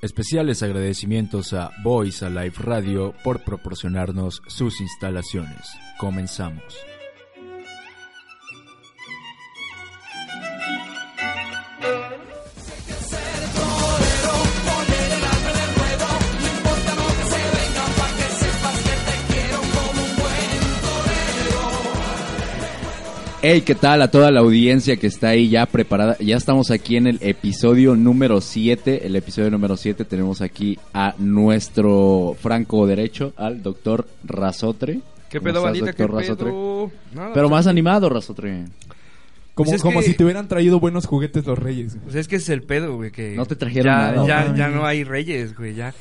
Especiales agradecimientos a Voice Alive Radio por proporcionarnos sus instalaciones. Comenzamos. Hey, ¿qué tal a toda la audiencia que está ahí ya preparada? Ya estamos aquí en el episodio número 7. El episodio número 7 tenemos aquí a nuestro franco derecho, al doctor Razotre. ¿Qué ¿Cómo pedo, estás, bandita? ¿Qué doctor Razotre? pedo? Nada, Pero pues, más animado, Razotre. Como, Pues es como que- si te hubieran traído buenos juguetes los reyes. Pues es que ese es el pedo, güey, que... No te trajeron ya, nada. Ya, No, ya mami. no hay reyes, güey, ya...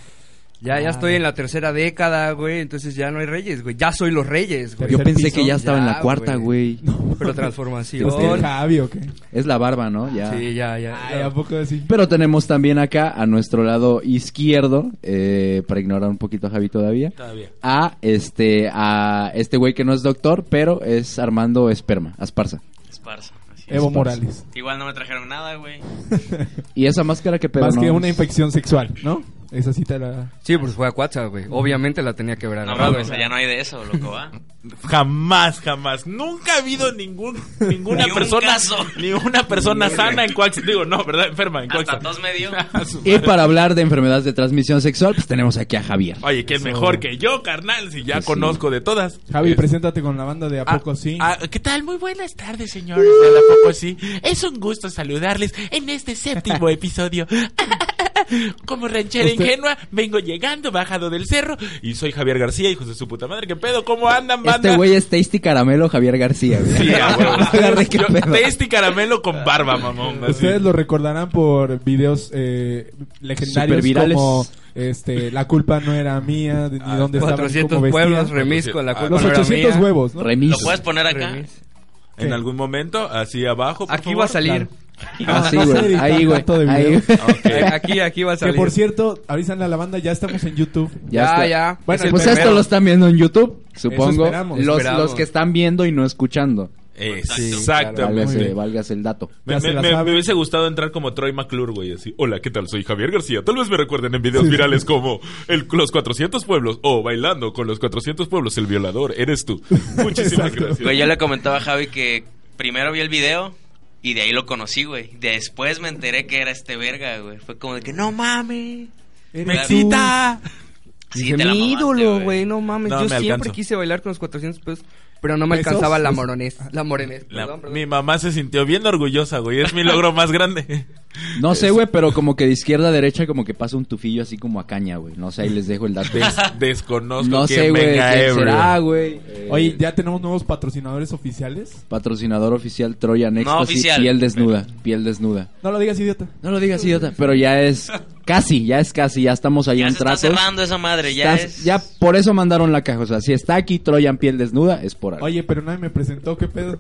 Ya, ya Ah. estoy en la tercera década, güey, entonces ya no hay reyes, güey. Ya soy los reyes, güey. Yo Tercer pensé piso. que ya estaba en la Ya, cuarta, güey. güey. Pero ¿Usted, transformación. Pues Javi o qué? Es la barba, ¿no? Ya. Sí, ya, ya. Ay, ¿a poco así? Pero tenemos también acá a nuestro lado izquierdo, eh, para ignorar un poquito a Javi todavía, Todavía. a este a este güey que no es doctor, pero es Armando Esperma, Asparza. Esparza. así es. Evo Morales. Igual no me trajeron nada, güey. Y esa máscara que pedo Más no que es- una infección sexual, ¿no? Esa cita la... Sí, pues fue a Cuatza, güey. Obviamente la tenía que ver No agarrado. mames, allá no hay de eso, loco, ¿ah? ¿va? Jamás, jamás. Nunca ha habido ningún, ninguna Ni un persona, caso. ni una persona sana en Coaxa. Digo, no, ¿verdad? Enferma en Hasta Coaxa. dos me dio. Y para hablar de enfermedades de transmisión sexual, pues tenemos aquí a Javier. Oye, ¿quién mejor que yo, carnal? Si ya Pues sí. conozco de todas. Javi, Es- preséntate con la banda de ¿A poco sí? Ah, ah, ¿Qué tal? Muy buenas tardes, señores. de ¿A poco sí? Es un gusto saludarles en este séptimo episodio. Como ranchera Usted- ingenua, vengo llegando, bajado del cerro, y soy Javier García, hijos de su puta madre. ¿Qué pedo? ¿Cómo andan, banda? Este güey es Tasty Caramelo Javier García, güey. Sí, a huevo. Agarré qué Yo- pedo. Tasty caramelo con barba, mamón. así. Ustedes lo recordarán por videos eh, legendarios Supervirales. como este, La culpa no era mía, de- ni Ah, dónde estaba, ni 400 cómo vestía. pueblos, remis con la Ah, culpa Los no era 800 mía. huevos, ¿no? Remis. ¿Lo puedes poner acá? Remis. En ¿Qué? algún momento, así abajo. por Aquí favor. va a salir. Así, Ah, No sé güey. editar Ahí, güey. tanto de Ahí, video. güey. Ok. Aquí, aquí va a Que salir. por cierto, avísanle a la banda, ya estamos en YouTube. Ya Ya, está. ya. Bueno, Es el Pues primero. esto lo están viendo en YouTube, Eso supongo. esperamos. los, Esperamos. los que están viendo y no escuchando. Exactamente. Muy Válgase, bien. válgase el dato. Me, Ya se me- la me- sabe. me hubiese gustado entrar como Troy McClure, güey, así. Hola, ¿qué tal? Soy Javier García. Tal vez me recuerden en videos virales como el- Los 400 Pueblos o Bailando con los 400 Pueblos, el violador, eres tú. Muchísimas Exacto. gracias. Güey, yo le comentaba a Javi que primero vi el video y de ahí lo conocí, güey. Después me enteré que era este verga, güey. Fue como de que no mames. Eres Me tú. excita. Dije, te la mi mamaste, ídolo, güey, no mames. No, Yo me siempre alcanzo. quise bailar con los 400 pesos, pero no me ¿Pesos? alcanzaba la Pues- moronés. La morenés, La- perdón, perdón. mi mamá se sintió bien orgullosa, güey. Es mi logro más grande. No sé, güey, pero como que de izquierda a derecha como que pasa un tufillo así como a caña, güey. No sé, ahí les dejo el dato. Des- desconozco no quién sé, güey, venga eh, quién ebrio. será, güey. Eh, Oye, ya tenemos nuevos patrocinadores oficiales. Patrocinador oficial Trojan Ecstasy, oficial. piel desnuda, piel desnuda. No lo digas, idiota. No lo digas idiota, pero ya es casi, ya es casi, ya estamos ahí Ya en se está tratos. cerrando esa madre, ya Estás- es. ya por eso mandaron la caja, o sea, si está aquí Trojan piel desnuda es por algo. Oye, pero nadie me presentó, ¿qué pedo?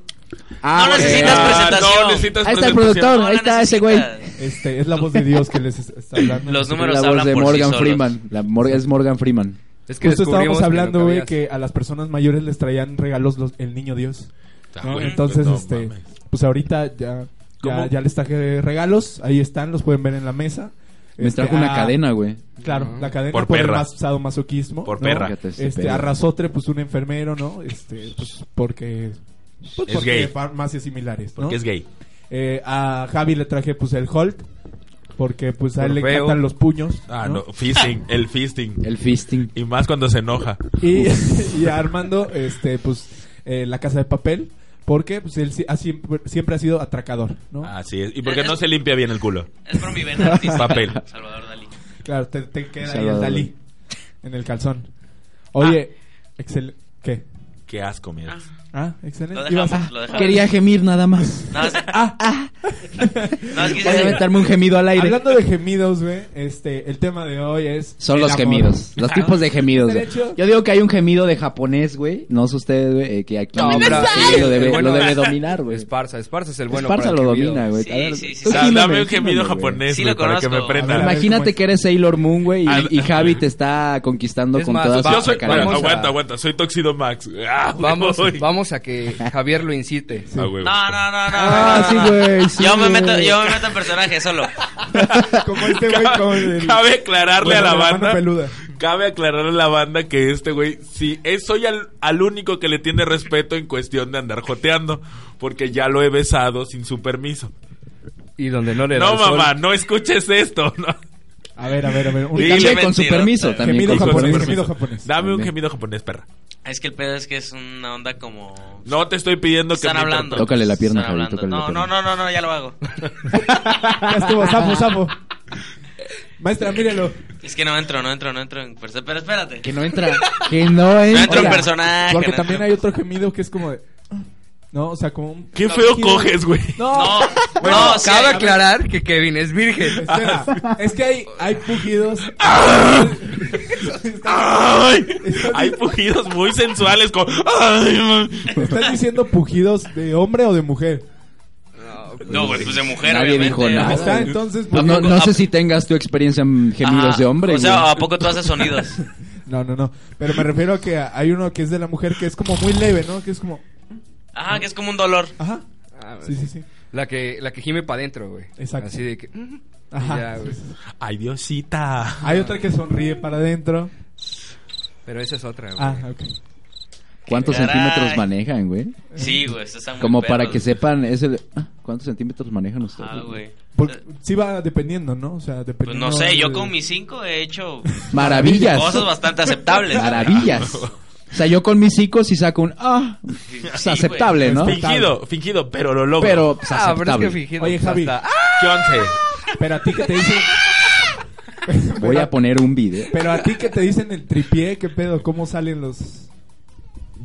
Ah, No güey. necesitas presentación. No necesitas Ahí está el presentación. productor. No la ahí está ese güey. necesitas. Este, es la voz de Dios que les es- está hablando. Los números la voz hablan de por sí Morgan solos. Freeman, la Mor- es Morgan Freeman. Es Justo descubrimos estábamos que hablando, nunca güey, habías- que a las personas mayores les traían regalos los- el niño Dios. Ah, ¿no? güey, Entonces, no este, mames. pues ahorita ya, ¿Cómo? ya, ya les traje regalos. Ahí están, los pueden ver en la mesa. Me Este, trajo una ah, cadena, güey. Claro, Ajá. la cadena Por por, el perra. mas- sadomasoquismo. Por ¿no? perra. Fíjate ese Ah. Este, pedo. a Razotre, pues un enfermero, ¿no? Este, pues porque... Pues Es porque gay. farmacias similares, ¿no? Porque es gay. Eh, a Javi le traje, pues, el Hulk. Porque, pues, a Por él le feo. encantan los puños. Ah, ¿no? no. Fisting. El fisting. El fisting. Y más cuando se enoja. Y, y a Armando, este, pues, eh, la casa de papel. Porque, pues, él sí- ha siempre, siempre ha sido atracador, ¿no? Así es. Y porque no se limpia bien el culo. Es por mi vena artística, Papel. Salvador Dalí. Claro, te, te queda ahí el Salvador. Dalí en el calzón. Oye, Ah. excel- ¿Qué? Qué asco, mira. Ah, Lo excelente. Ibas a- dejamos, lo dejamos. Quería gemir nada más. No, es- Ah, No, es que Voy a se- aventarme un gemido al aire. Hablando de gemidos, güey, este, el tema de hoy es... Son el los amor. gemidos, los tipos de gemidos. Está güey. hecho. Yo digo que hay un gemido de japonés, güey. No sé ustedes, güey, eh, que aquí No, sí pero- lo, debe, Bueno, lo debe dominar, güey. Esparza, Esparza es el bueno. Esparza para lo el gemido. domina, güey. Sí, A ver, sí, sí, tú sí. Da- gímame, dame un gímame, gemido güey. japonés, Sí, güey, lo para que me conozco. A prenda. ver, Imagínate que eres Sailor Moon, güey, Ah, y, y Javi te está conquistando Es con más, todas va- Yo sus soy, Vamos recargas. bueno, a- aguanta, aguanta. Soy Toxido Max. Ah, Vamos, güey. vamos a que Javier lo incite. Ah, güey. No, no, no, no. Ah, sí, güey, sí, Yo me güey. meto, yo me meto en personaje solo. Como este güey con Cabe, el- cabe aclararle Bueno, a la la mano banda. peluda. Cabe aclararle a la banda que este güey, sí, es, soy al, al único que le tiene respeto en cuestión de andar joteando, porque ya lo he besado sin su permiso. Y donde no le da No, el sol. mamá, no escuches esto. ¿no? A ver, a ver, a ver. Un Dile, También Sí, con su mentira. permiso, también Gemido con su Con su japonés, permiso. permiso. gemido japonés. Dame un También. gemido japonés, perra. Es que el pedo es que es una onda como. No te estoy pidiendo que Están me hablando. interpretes. Tócale la pierna, Están Javi, hablando. tócale la No, pierna. no, no, no, no, ya lo hago. Ya estuvo, sapo, sapo. Maestra, mírelo. Es que no entro, no entro, no entro en personaje. Pero espérate. Que no entra. Que no No entro en entra. personaje. Porque no también entro. hay otro gemido que es como de. No, o sea, como un. Qué feo coges, güey. No, Bueno, no, sí, cabe hay- aclarar que Kevin es virgen. Ah. Espera, es que hay, hay pujidos. Ay, hay pujidos muy sensuales con... Ay, man. ¿Estás diciendo pujidos de hombre o de mujer? No, güey, pues de mujer. Nadie obviamente. dijo nada. Ahí está, entonces. No, Pues no, pujidos- no sé si tengas tu experiencia en gemidos Ajá. de hombre. O sea, ah, güey. ¿a poco tú haces sonidos? No, no, no. Pero me refiero a que hay uno que es de la mujer que es como muy leve, ¿no? Que es como. Ajá, Ah, que es como un dolor. Ajá. Sí, sí, sí. La que, la que gime para adentro, güey. Exacto. Así de que. "Mm, Ajá. Ya, güey. Ay, Diosita. Hay otra que sonríe para adentro. Pero esa es otra, güey. Ah, ok. ¿Cuántos Caray. centímetros manejan, güey? Sí, güey, eso está muy Como para perro, que güey. sepan, es el. ah, ¿Cuántos centímetros manejan ustedes? Ah, güey. Porque sí va dependiendo, ¿no? O sea, Pues dependiendo. no sé, yo de- con mis cinco he hecho Maravillas. cosas bastante aceptables. Maravillas. O sea, yo con mis hijos sí saco un. Ah, es Sí, aceptable, ¿no? Fingido, fingido, pero lo logro. Pero pues, Ah, pero es que aceptable. fingiendo. Oye, pues, Javi. hasta- ¿Qué once? Pero a ti que te dicen. Voy a poner un video. Pero a ti que te dicen el tripié, ¿qué pedo? ¿Cómo salen los.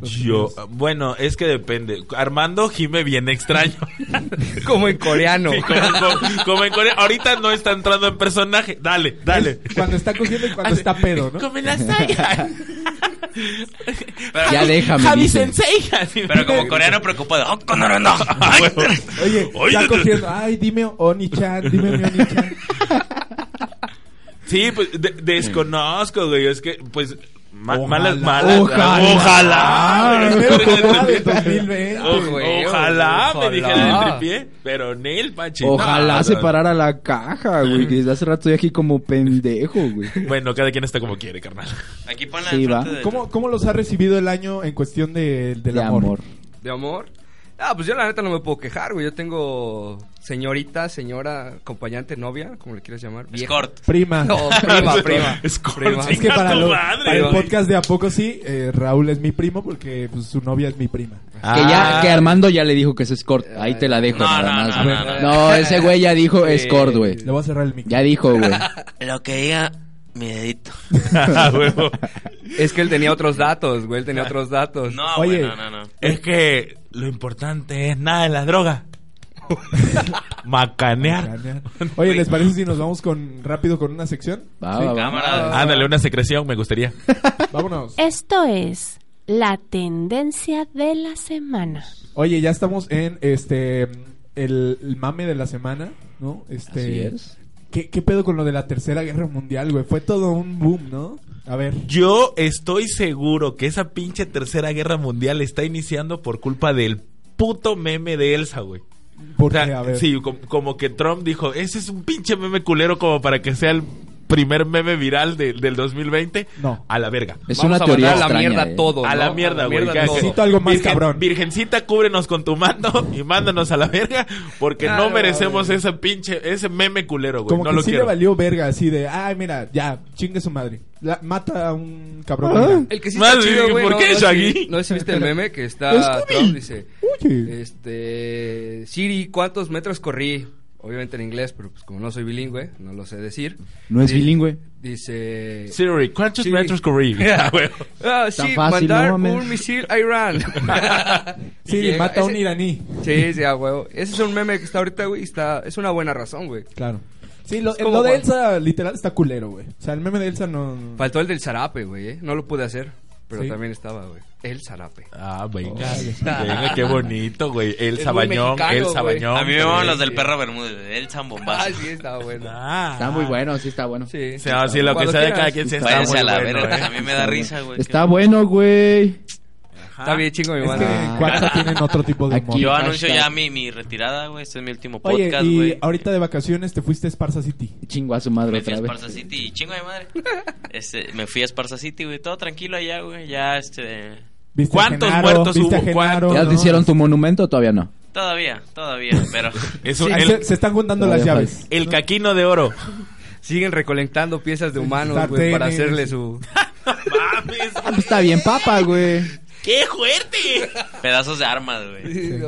los Yo, videos? bueno, es que depende. Armando gime bien extraño. Como en coreano. Sí, como, como- como en Corea. Ahorita no está entrando en personaje. Dale, dale. Cuando está cogiendo y Ah, cuando está pedo, ¿no? Come la saya. Pero, Ya déjame. Javi dicen. Sensei. así. pero como coreano preocupado. ¡Oh, con no, no! Ah, Oye, Oye, está cogiendo. Ay, dime Oni-chan, dime mi Oni-chan. Sí, pues de- desconozco, güey. Es que, pues, ma- Ojalá. malas, malas. Ojalá. Ojalá. Ay, Ah, Pero Ah, pero no como de entendí. 2020. Ojo, Güey, Ojalá ojalá. me dijeran el tripié, pero ni el Pachi. Ojalá No, se no. parara la caja, güey. Que desde hace rato estoy aquí como pendejo, güey. Bueno, cada quien está como quiere, carnal. Aquí ponla Sí, enfrente va. de- ¿Cómo, ¿Cómo los ha recibido el año en cuestión de, del De amor. ¿De amor? Ah, pues yo la neta no me puedo quejar, güey. Yo tengo señorita, señora, acompañante, novia, como le quieras llamar. vieja. Escort. Prima. No, prima, prima. Es corto, Prima. sí. Es que para, tu lo- madre, para el güey. podcast de A Poco Sí, eh, Raúl es mi primo porque pues, su novia es mi prima. Que ya, que Armando ya le dijo que es escort. Ahí te la dejo, No, nada no, más. no, güey. no, No, no. ese güey ya dijo Sí. escort, güey. Le voy a cerrar el micro. Ya dijo, güey. Lo que diga mi dedito. Ah, huevo. Es que él tenía otros datos, güey. Él tenía otros datos. No, Oye. güey, no, no, no. es que lo importante es nada de la droga. Macanear. Genial. Oye, ¿les parece si nos vamos con rápido con una sección? Va, Sí. Ah, va, va. Cámara. Ah, Ándale, una secreción, me gustaría. Vámonos. Esto es la tendencia de la semana. Oye, ya estamos en este el, el mame de la semana, ¿no? Este, Así es. ¿qué, qué pedo con lo de la Tercera Guerra Mundial, güey? Fue todo un boom, ¿no? A ver. Yo estoy seguro que esa pinche tercera guerra mundial está iniciando por culpa del puto meme de Elsa, güey. O Porque, sea, a ver. sí, com- como que Trump dijo, ese es un pinche meme culero como para que sea el primer meme viral de- del 2020. No. A la verga. Es una Vamos a teoría mandar a la extraña. mierda eh. todo, A ¿no? la mierda, güey. Que- todo. Necesito algo más Virgen- cabrón. Virgencita, cúbrenos con tu mando y mándanos a la verga porque Claro, no merecemos güey. ese pinche, ese meme culero, güey. Como No que lo sí quiero. le valió verga, así de, ay, mira, ya, chingue su madre. La- mata a un cabrón. El que sí Madre, está chido, güey. ¿por no, qué, no, Shaggy? sí- No sé si viste el meme que está Trump, dice... Oye. Eh, Este... Siri, ¿cuántos metros corrí? Obviamente en inglés, pero pues como no soy bilingüe, no lo sé decir. No es Di- bilingüe. Dice... Siri, ¿cuántos Sí. metros corrí? Ah, güey. Ah, sí, fácil, mandar no mames. un misil a Irán. Sí, Llega- mata a un ese- iraní. Sí, sí, a huevo. Ese es un meme que está ahorita, güey. y Está, es una buena razón, güey. Claro. Sí, lo, Es como lo de cuando- Elsa literal está culero, güey. O sea, el meme de Elsa no... Faltó el del zarape, güey. ¿eh? No lo pude hacer, pero Sí. también estaba, güey. El zarape. Ah, venga. Venga, qué bonito, güey. Es El muy sabañón, mexicano, el güey. sabañón. A mí me van los Sí. del perro Bermúdez, el zambombazo. Ah, sí, estaba bueno. Ah. Está muy bueno, sí está bueno. Sí. O sea, si lo que Cuando sea de cada quieras. quien se está ¿eh? Váyanse muy a la bueno, verga, ¿eh? a mí me da risa, güey. Está bueno, güey. Está bien chingo mi Es que madre. en Cuatza tienen otro tipo de Aquí humor. Yo Hashtag. anuncio ya mi, mi retirada, güey. Este es mi último Oye, podcast, y güey. ahorita de vacaciones te fuiste a Esparza City. Chingo a su madre Me fui a otra vez. Esparza City, chingo de madre. Este, me fui a Esparza City, güey. Todo tranquilo allá, güey. Ya, este. ¿Viste ¿Cuántos muertos viste a hubo? Genaro, ¿Ya ¿no? te hicieron tu monumento o todavía no? Todavía, todavía, pero. Eso, Sí, ahí se, el, se están juntando Todavía las llaves. falta. el caquino de oro. Siguen recolectando piezas de humanos, güey, Sartenes. para hacerle su... ¡Mames! Ah, pues está bien, papa, güey. ¡Qué fuerte! Pedazos de armas, güey.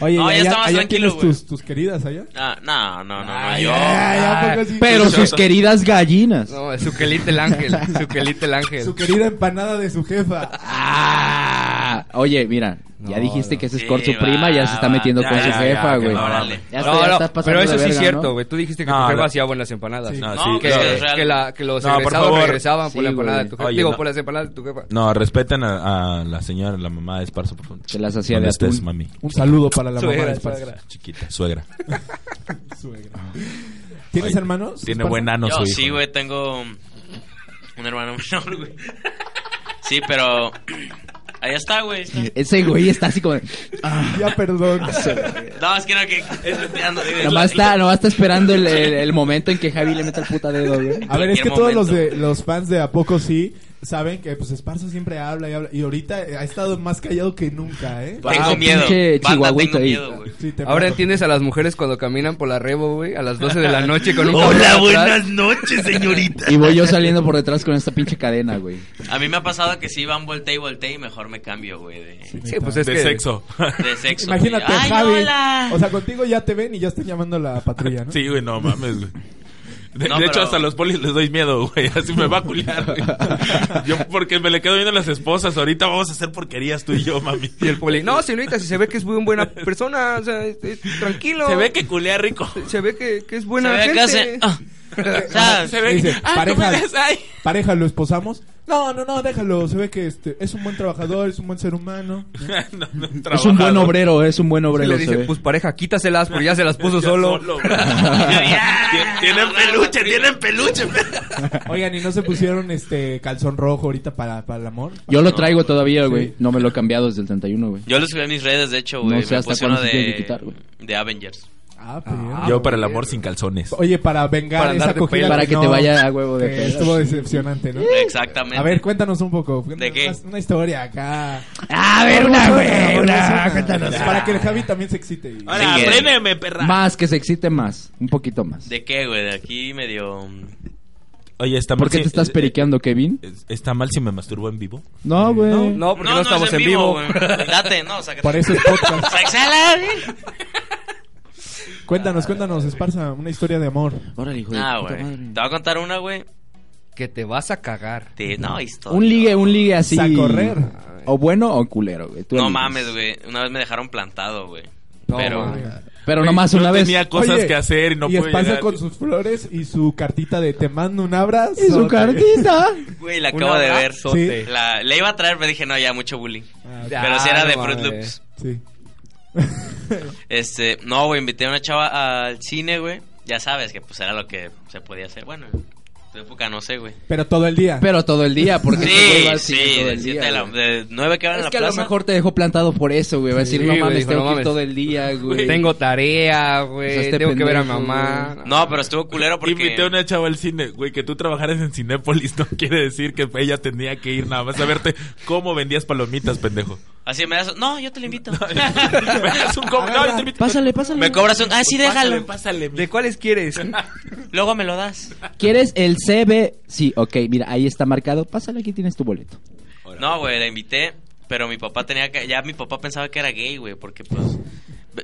Oye, No, ¿y ya allá, está más allá tranquilo, tienes güey. tus, tus queridas allá? Ah, no, no, no, no. Ay, Yo. ay, ay, ¿a poco sí? Pero sus queridas gallinas. No, es Suquelite el ángel, Suquelite el ángel. Su querida empanada de su jefa. Ah, oye, mira, ya No, dijiste no. que ese Sí, es con su va, prima, ya se está va, metiendo ya, con su ya, jefa, ya, güey. que no, órale. Ya está- ya No, no, estás pasando pero eso de sí es verga, cierto, ¿no? güey. Tú dijiste que No, tu jefa no. hacía buenas empanadas. Sí. No, No, sí, que- no. es Que, real. que la, que los No, por egresados favor. regresaban Sí, por la empanada güey. de tu jefa. Oye, Digo, no. por las empanadas de tu jefa. No, respetan a, a la señora, la mamá de Esparza, por favor. Que las hacía Donde de estés, atún. mami. Un saludo para la mamá Suegra, de Esparza. suegra. Chiquita, suegra. Suegra. ¿Tienes Ay, hermanos? Tiene Esparza? buen ano yo su hijo. sí, güey, tengo um, un hermano menor, güey. Sí, pero. Allá está, güey. está. Ese güey está así como. de- ah, Ya, perdón. No, es que no, que. Es esperando, digo, es la- Nomás está, nomás está esperando el, el- el momento en que Javi le meta el puta dedo, güey. A ver, es que cualquier todos los de momento. los fans de A poco sí saben que pues Esparza siempre habla y habla y ahorita ha estado más callado que nunca, ¿eh? Tengo Ah, miedo. pinche Banda, chihuahuito tengo ahí. miedo, güey. Sí, te Ahora mato. entiendes a las mujeres cuando caminan por la rebo, güey, a las 12 de la noche con un Hola, cabrón atrás. buenas noches, señorita. Y voy yo saliendo por detrás con esta pinche cadena, güey. A mí me ha pasado que sí van volteé y volteé y mejor me cambio, güey, de, Sí, pues es de que... sexo. de sexo. Imagínate, güey. Ay, Javi. hola. O sea, contigo ya te ven y ya están llamando a la patrulla, ¿no? Sí, güey, no mames, güey. De, No, de hecho, pero- hasta a los polis les doy miedo, güey. Así me va a culiar, güey. Yo, porque me le quedo viendo a las esposas. Ahorita vamos a hacer porquerías tú y yo, mami. Y el poli, no, señorita, si se ve que es muy buena persona, o sea, es- es- tranquilo. Se ve que culea rico. Se ve que, que es Se buena ve que gente. hace- ah. O sea, Se ve que... Dice, Ah, ¿cómo pareja. ves? Ay. Pareja, ¿lo esposamos? No, no, no, déjalo. Se ve que este es un buen trabajador, es un buen ser humano. No, no, Es un buen trabajador. obrero, eh, es un buen Y obrero. le se dice, ve. pues pareja, quítaselas, porque ya se las puso Ya solo. güey. Tien- tienen peluche, tienen peluche. Oigan, ¿y no se pusieron este calzón rojo ahorita para, para el amor? Yo lo traigo todavía, güey. No me lo he cambiado desde el 31, güey. Yo lo subí a mis redes, de hecho, No güey. sé me hasta puse uno cuándo se tiene que de, quitar, güey. de Avengers. Ah, pero... Yo para el amor sin calzones. Oye, para vengar Para andar esa de cogida pelo. Para que te no- vaya a huevo de que pedo. Estuvo decepcionante, ¿no? Exactamente. A ver, cuéntanos un poco. ¿De qué? Una, una historia acá. A ver, una, güey, una, cuéntanos. Para que el Javi también se excite. y- Ahora, Sí, que- préndeme, perra. Más, que se excite más. Un poquito más. ¿De qué, güey? De aquí medio... Oye, está ¿Por qué si- te estás periqueando, Kevin? eh, ¿Está mal si me masturbo en vivo? No, güey. No, porque no, estamos en vivo. güey. Date, no, sácate. Para eso es podcast. Sácala, güey. cuéntanos, cuéntanos, Esparza, una historia de amor. Órale, hijo de Ah, Pues, puta güey. madre. Te voy a contar una, güey. que te vas a cagar. Te- No, historia. Un ligue, un ligue así. Sa correr. O bueno o culero, güey. Tú No eliges. mames, güey. Una vez me dejaron plantado, güey. No, Pero... mames. Pero nomás Yo una vez. Tenía cosas Oye, que hacer y no y pude Esparza llegar. con sus flores y su cartita de te mando un abrazo. Y su cartita. Güey, la Un acabo de ver. abrazote. La, le iba a traer, pero dije, no, ya, mucho bullying. Ah, Ya, Pero si era no de Fruit mames. Loops. Sí. Este, no, güey, invité a una chava al cine, güey. Ya sabes que pues era lo que se podía hacer. Bueno, en tu época no sé, güey. Pero todo el día. Pero todo el día, porque ese güey va Sí, al sí, cine todo del el siete día, de la- güey. de 9 que van en Es la que a plaza. lo mejor te dejó plantado por eso, güey. Va a decir, Sí, no güey, mames, dijo, tengo no que ir mames. todo el día, güey. Tengo tarea, güey. O Pues sea, este tengo que ver a pendejo, mamá. No, pero estuvo culero porque Invité a una chava al cine, güey, que tú trabajaras en Cinépolis no quiere decir que ella tenía que ir nada más a verte cómo vendías palomitas, pendejo. así me das, no, yo te lo invito. Me das un com- no, yo te invito- Pásale, pásale. me cobras un, ah, sí, Pues, Pásale, déjalo. pásale. mi- ¿De cuáles quieres? Luego me lo das. ¿Quieres el CB? Sí, ok, mira, ahí está marcado. Pásale, aquí tienes tu boleto. No, güey, la invité, pero mi papá tenía que ya mi papá pensaba que era gay, güey, porque pues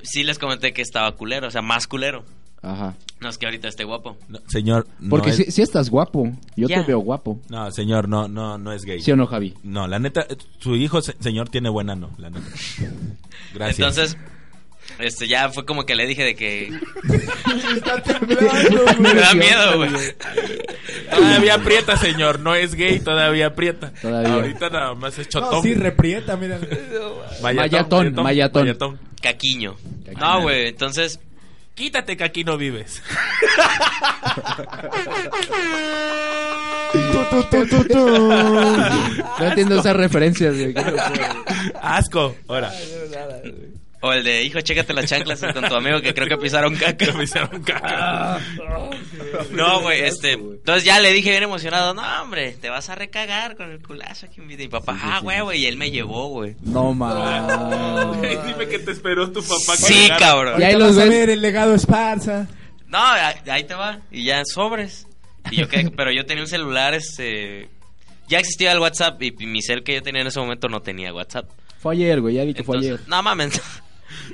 sí les comenté que estaba culero, o sea, más culero. Ajá. No es que ahorita esté guapo. No, señor, no Porque es- si, si estás guapo. Yo Ya. te veo guapo. No, señor, no, no, no es gay. ¿Sí o no, Javi? No, la neta, eh, su hijo, se- señor, tiene buena no, la neta. Gracias. Entonces, este ya fue como que le dije de que Está temblando, me güey. da miedo, güey. Todavía aprieta, señor. No es gay, todavía aprieta. Todavía. Ahorita nada más es chotón. No, sí, reprieta, mira. Mayatón, Mayatón, mayatón. Caquiño. No, güey, entonces Quítate que aquí no vives. No entiendo esas referencias. güey. Asco. Ahora. O el de, hijo, chécate las chanclas con tu amigo que creo que pisaron caca. Me hicieron caca. Ah. No, güey, este. Entonces ya le dije bien emocionado, no, hombre, te vas a recagar con el culazo aquí en video. Y papá, ah, güey, güey, y él me llevó, güey. No mames. Dime que te esperó tu papá. que Sí, llegara. cabrón. Y ahí Ahorita los vas a ves. ver el legado Esparza. No, ahí ahí te va. Y ya sobres. Y yo quedé- pero yo tenía un celular, este. Ya existía el WhatsApp y mi cel que yo tenía en ese momento no tenía WhatsApp. Fue ayer, güey. Ya vi que fue Entonces, ayer. no mames.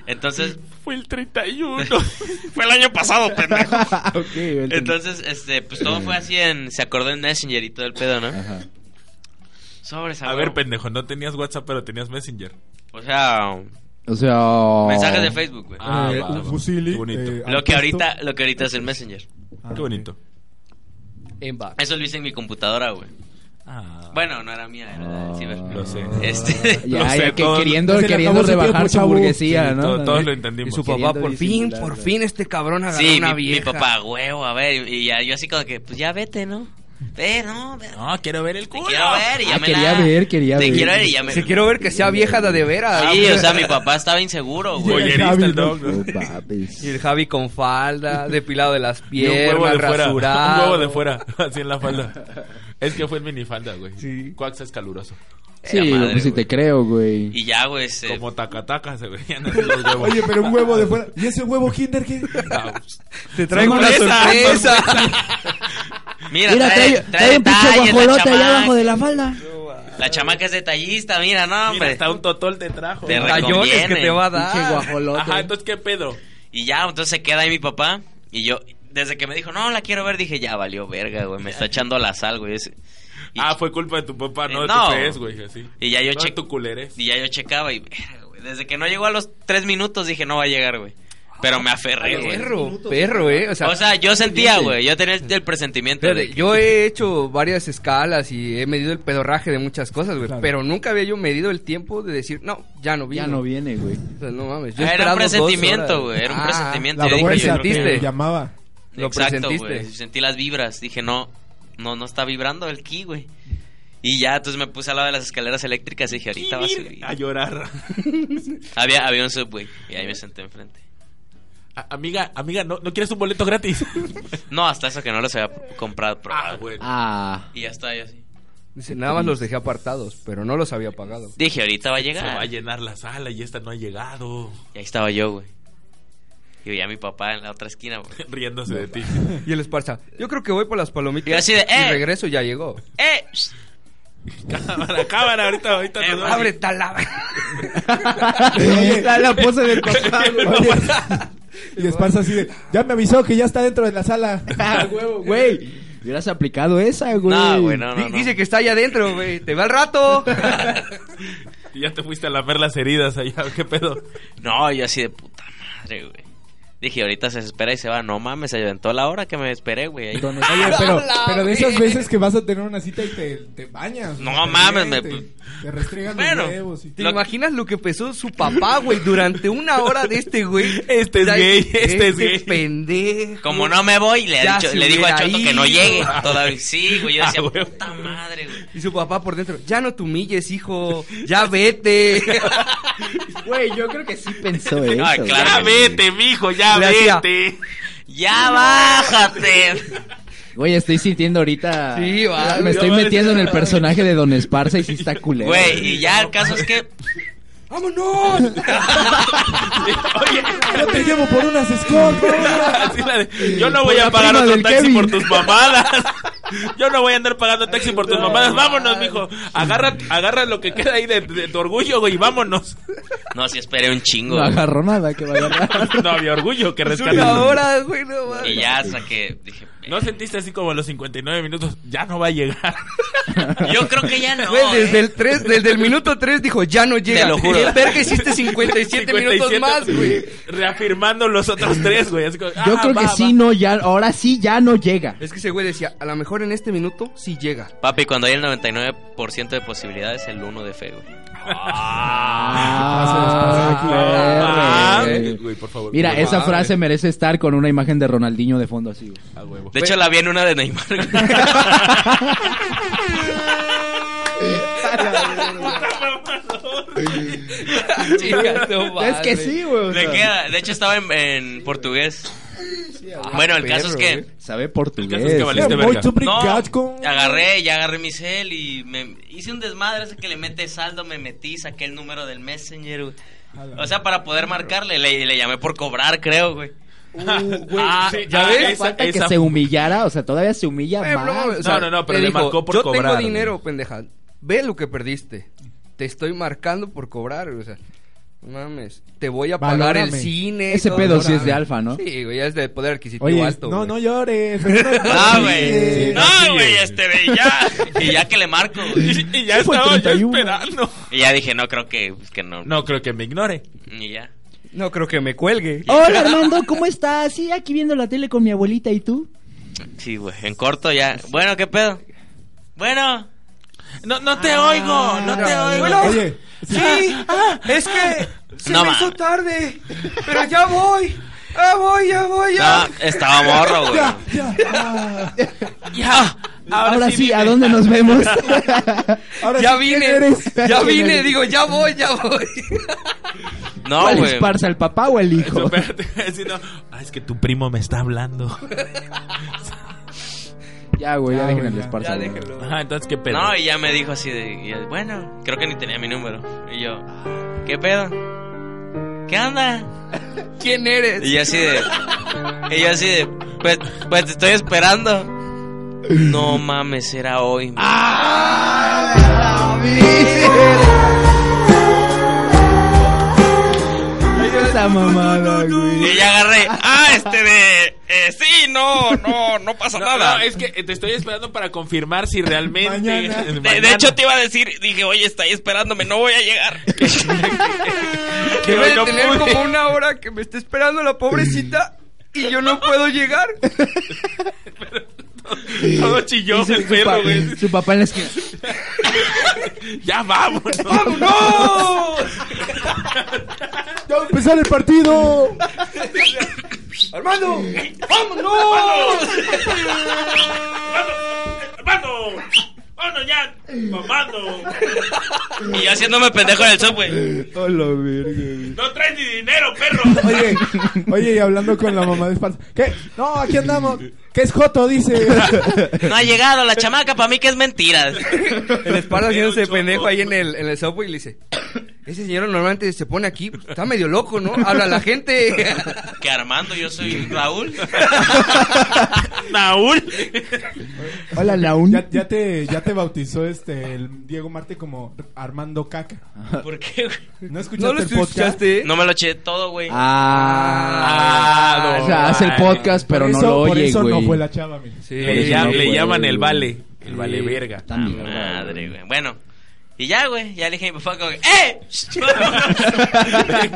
Entonces, Fue el 31. fue el año pasado, pendejo. Ok, güey, entendí. Entonces, este, pues todo fue así en. Se acordó en Messenger y todo el pedo, ¿no? Ajá. Sobres, A ver, pendejo, no tenías WhatsApp, pero tenías Messenger. O sea, O sea. oh. mensajes de Facebook, güey. Ah, Eh, va, un va. fusili. Qué bonito. eh, Ah. lo que al ahorita, lo que ahorita es el Messenger. puesto. Qué bonito. Inbox. Eso lo hice en mi computadora, güey. Ah. Bueno, no era mía, era del ciber. Lo sé. Este, Ya, Lo sé, ya, que todo- queriendo, se le queriendo acabó su rebajar tiempo, su chavo. burguesía, ¿no? Todo- todos lo Y entendimos. su papá, Queriendo por fin, disimular, por güey. fin este cabrón agarró sí, una mi, mi vieja. papá, huevo, a ver. Y ya yo así como que, pues ya vete, ¿no? Ve, no, ve. No, quiero ver el Te culo. quiero ver y Ah, ya me quería la- ver, quería Te ver. quiero ver y ya me Si quiero ver que sea vieja de, de veras. Sí, o sea, mi papá estaba inseguro, güey. Boyerista Javi, el ¿no? dog, ¿no? Oh, papis. Y el Javi con falda, depilado de las Y un huevo piernas, de fuera. rasurado. Un huevo de fuera, así en la falda. Es que fue en minifalda, güey. Sí. Quax es caluroso. Sí, Era madre, pues sí te güey. creo, güey. Y ya, güey, se- Como tacataca se veían así los huevos. Oye, pero un huevo de fuera. ¿Y ese huevo Kinder qué? Te traigo una Sorpresa, sorpresa. Mira, trae, trae detalles, la chamaca. la falda. La chamaca es detallista, mira, no, Mira, hombre. hasta un totol te trajo. Te Ajá, Tallones que te va a dar. Ajá, entonces, ¿qué pedo? Y ya, entonces se queda ahí mi papá. Y yo, desde que me dijo, no, la quiero ver, dije, ya valió verga, güey. Me está echando la sal, güey. ese. Y, Ah, fue culpa de tu papá, no Eh, de no. tu pez, güey, así. Y ya yo no che- de tu culerés. y ya yo checaba y, verga, güey. Desde que no llegó a los tres minutos, dije, no va a llegar, güey. Pero me aferré, güey. Ah, Perro, perro, eh. O sea, O sea, yo sentía, güey. Yo tenía el, el presentimiento fíjate, de. yo he hecho varias escalas y he medido el pedorraje de muchas cosas, güey. Claro. Pero nunca había yo medido el tiempo de decir, no, ya no vino. Ya no viene, güey. O sea, no mames. Yo Ah, era esperando un dos horas. presentimiento, güey. Era un Ah, presentimiento. La Yo dije, fuerza yo creo que- que presentiste. llamaba. Lo Exacto, presentiste. güey. Sentí las vibras. Dije, no, no, no está vibrando el ki, güey. Y ya, entonces me puse al lado de las escaleras eléctricas y dije, ahorita va a subir. A llorar. Había, había un subway y ahí me senté enfrente. A- amiga, amiga, ¿no, ¿no quieres un boleto gratis? No, hasta eso que no los había comprado, ah, probado. güey. Ah. y ya está, yo así. Dice, nada más los dejé apartados, pero no los había pagado. Dije, ahorita va a Se llegar. va a llenar la sala y esta no ha llegado. Y ahí estaba yo, güey. Y veía a mi papá en la otra esquina, güey. Riéndose de ti. Y el Esparza, yo creo que voy por las palomitas. Y así de, Y "Eh". regreso ya llegó. ¡Eh! shh, cámara, cámara, ahorita, ahorita. Eh, nos vamos. Abre talaba. Ahí está la pose del papá, Oye, y Esparza así de. Ya me avisó que ya está dentro de la sala. güey. Güey, hubieras aplicado esa, güey. No, güey, no, no, Di- no. Dice que está allá adentro, güey. Te va al rato. Y ya te fuiste a lamer las heridas allá, ¿qué pedo? No, yo así de puta madre, güey. Dije, ahorita se espera y se va. No mames, se aventó la hora que me esperé, güey. ahí. Oye, pero, ¡Hala, pero de esas güey! veces que vas a tener una cita y te, te bañas. No te mames, ríes, me- Te, te restregas Bueno. los huevos. Y... ¿Te Lo- imaginas lo que pesó su papá, güey, durante una hora de este güey? Este es Ya- gay, este es gay. pendejo. Como no me voy, le, ha Ya dicho- se le dijo a hubiera Choto que no ido. llegue. Todavía sí, güey. Yo Ah, decía, güey. puta madre, güey. Y su papá por dentro, ya no te humilles, hijo. Ya vete. Güey, yo creo que sí pensó eso. Ah, güey. claro. Ya vete, mijo, ya Le hacía- vete. ¡Ya bájate! Güey, estoy sintiendo ahorita. Sí, va. Me estoy Yo- metiendo en el personaje de Don Esparza y sí está culero. Güey, y ya el caso es que ¡Vámonos! Oye, Yo te llevo por unas Scott. así la de, yo no voy Por la a pagar prima otro del taxi Kevin. por tus mamadas. Yo no voy a andar pagando taxi por tus mamadas. Vámonos, mijo. Agarra, agarra lo que queda ahí de, de tu orgullo, güey, y vámonos. No, sí esperé un chingo. No güey. agarró nada que vaya a agarrar. No había orgullo que Es una rescatar. hora, güey, no mames. Y ya hasta que dije. ¿No sentiste así como a los 59 minutos? Ya no va a llegar. Yo creo que ya no. Güey, desde ¿eh? el 3, desde el minuto 3 dijo, ya no llega. Te lo juro. Y el verga hiciste 57, minutos 57, más, güey. Reafirmando los otros tres, güey. Así como, Yo ah, creo va, que va. sí, no, ya. Ahora sí, ya no llega. Es que ese güey decía, a lo mejor en este minuto sí llega. Papi, cuando hay el 99% de posibilidades, el 1 de fe, güey. Ah, Ah, güey. güey, por favor. Mira, No esa mames. frase merece estar con una imagen de Ronaldinho de fondo así. güey. A huevo. De hecho, la vi en una de Neymar. güey. Es que sí, güey. o Le sea. queda- de hecho, estaba en, en portugués. Bueno, el caso es que Sabe El caso es portugués. que valiste güey. Este verga. Muy no, complicado con... agarré, ya agarré mi cel y me hice un desmadre ese que le mete saldo, me metí, saqué el número del messenger. güey. O sea, para poder marcarle, le, le llamé por cobrar, creo, güey. Ah, Ah, ¿ya no ves? falta que Esa- se humillara, o sea, todavía se humilla Güey, más. no, güey. Eh, o sea, no, no, pero le dijo, marcó por Yo cobrar, tengo dinero, pendeja. Ve lo que perdiste. Te estoy marcando por cobrar, güey, o sea. no Mames, te voy a pagar Valórame. el cine. y Ese todo, pedo no sí es de mames. alfa, ¿no? Sí, güey, ya es de poder adquisitivo Oye, alto. no, güey. no llores. Ah, güey. Sí, No, sí, güey, güey. este de ya. Y ya que le marco, güey. Y ya Fue estaba yo 31. esperando. Y ya dije, no creo que, pues, que no. No creo que me ignore. Y ya. No creo que me cuelgue. Hola Armando, ¿cómo estás? Sí, aquí viendo la tele con mi abuelita y tú. Sí, güey, en corto ya. Bueno, ¿qué pedo? Bueno. No, no te Ah, oigo, no te oigo. Oye, Sí, es que se No me mames. hizo tarde, pero ya voy. Ya voy, ya voy, ya. Ah, No, estaba morro, güey. ya, ya. ah, Ya. Ahora, sí, ¿a dónde nos vemos? ahora ya sí, ¿quién vine, eres? ya ¿Quién vine, eres? digo, ya voy, ya voy. No, ¿Cuál güey. esparza, el papá o el Eso, hijo? espérate, si no- ah, es que tu primo me está hablando. Ya, güey, ya Ya, dejen güey, el ya. esparza. Ya güey. déjelo. Ajá, Ah, entonces qué pedo. No, y ya me dijo así de, y yo, bueno, creo que ni tenía mi número. Y yo, ¿qué pedo? ¿Qué onda? ¿Quién eres? Y yo así de, y yo así de, pues, pues te estoy esperando. No mames, era hoy. Esa mamada, güey. Y ya agarré, ah, este de, eh, sí, no, no, no pasa No, nada. no, es que te estoy esperando para confirmar si realmente. Mañana. Eh, De- de, mañana. hecho te iba a decir, dije, oye, está ahí esperándome, no voy a llegar. Que Debe hoy de no tener pude. como una hora que me está esperando la pobrecita y yo no puedo llegar. Todo chilló Dice el su, perro, pa- güey. su papá en la esquina. Ya vámonos. ¡No! Ya va a empezar el partido. ¡Armando! ¡Vámonos! ¡Vámonos! ¡Vámonos ya! ¡Mamando! Y yo haciéndome pendejo en el subway. Hola, verga. ¡No traes ni dinero, perro! Oye, oye, y hablando con la mamá de esparza. ¿Qué? No, aquí andamos. ¿Qué es Joto? Dice. No ha llegado la chamaca, para mí que es mentira. El espalda haciéndose pendejo ahí en el, en el subway y le dice: Ese señor normalmente se pone aquí, está medio loco, ¿no? Habla a la gente. Que Armando, yo soy Raúl. ¡Naúl! Hola, Naun. Ya, ya te, ya te bautizó este el Diego Marte como Armando Caca. ¿Por qué, güey? ¿No escuchaste ¿No lo el podcast? escuchaste? No me lo eché todo, güey. Ah, Ah, no, o sea, hace el vale. podcast, pero por no eso, lo Por oye, eso no güey. fue la chava, mira. Sí. Le, Eso llam- no le fue, llaman el güey. vale. El vale verga. Ah, Puta mierda, madre, güey. Bueno, y ya, güey. Ya le dije a mi papá, como que, ¡eh!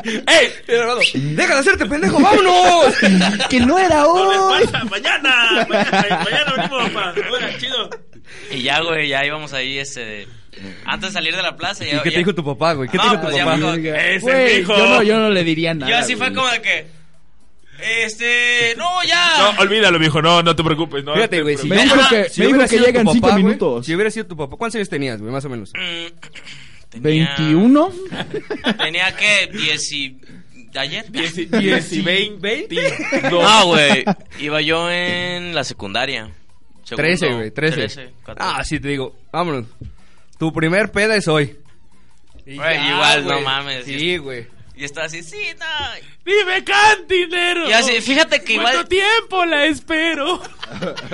¡Eh! Y Armando, ¡Deja de hacerte pendejo, vámonos! Que no era hoy. ¡Mañana! ¡Mañana! ¡Mañana venimos, papá! ¡Ahora, chido! Y ya, güey, ya íbamos ahí, este. de- Antes de salir de la plaza. ¿Y Ya, qué ya- te dijo tu papá, güey? ¿Qué te No, dijo tu pues ya papá? me dijo, ¡Ese Güey, mijo! yo no, yo no le diría nada. Yo así fue güey. como de que. Este. No, ya. No, olvídalo, mijo. No, no te preocupes. No, Fíjate, te güey, si Me preocupes. dijo hubiera- que- si me hubiera dijo que sido tu llega en cinco papá, güey, minutos. Si hubiera sido tu papá, ¿cuántos años tenías, güey? Más o menos. Mm, tenía- ¿21? Tenía que. Dieci... ¿Ayer? Dieci- dieci- veintidós. No, güey. Iba yo en la secundaria. Segundo, 13, güey, 13. trece, catorce. Ah, sí, te digo, vámonos. Tu primer peda es hoy. Y Güey, igual, no güey. mames. Sí, güey. Y estaba así, sí, no. ¡Dime cantinero! Y así, fíjate que ¿Cuánto igual. tiempo la espero?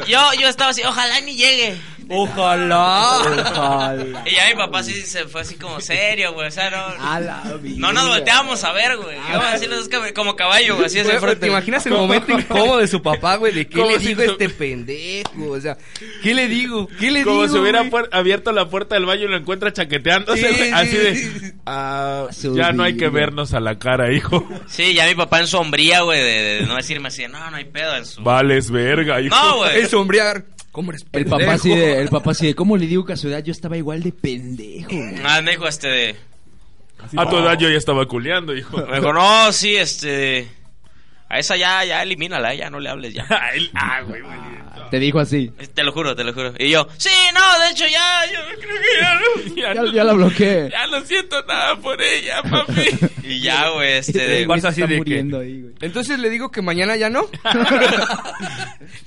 Yo, yo estaba así, ojalá ni llegue. Ah. Ojalá. Y ya mi papá sí se fue así como serio, güey. O sea, no. A la vida. No nos volteábamos a ver, güey. Yo así los dos cab- como caballo, güey, así hacia Güey, frente. ¿Te imaginas el momento incómodo de su papá, güey? ¿De qué Como le si digo a su- este pendejo? O sea, ¿qué le digo? ¿Qué le digo? Como si hubiera güey? puer- abierto la puerta del baño y lo encuentra chaqueteándose, Sí, güey, sí, así sí. de... "Ah, ya no hay que vernos a la cara, hijo. Sí, ya mi papá en sombría, güey, de, de no decirme así, no, no hay pedo en su. Vales verga, hijo. No, güey. El sombrear. ¿Cómo eres El pendejo? papá, sí de, el papá sí de, ¿cómo le digo que a su edad yo estaba igual de pendejo? güey? Ah, me dijo este de. Así A tu va. edad yo ya estaba culeando, hijo. Me dijo, no, sí, este. A esa ya, ya elimínala, ya no le hables ya. Ay, ah, güey, maldito. Te dijo así. Te lo juro, te lo juro. Y yo, sí, no, de hecho ya, yo creo que ya no- ya Ya, ya la bloqueé. Ya no siento nada por ella, papi. no". Y ya, güey, este. de- Igual Está así de que- muriendo ahí, güey. Entonces le digo que mañana ya no.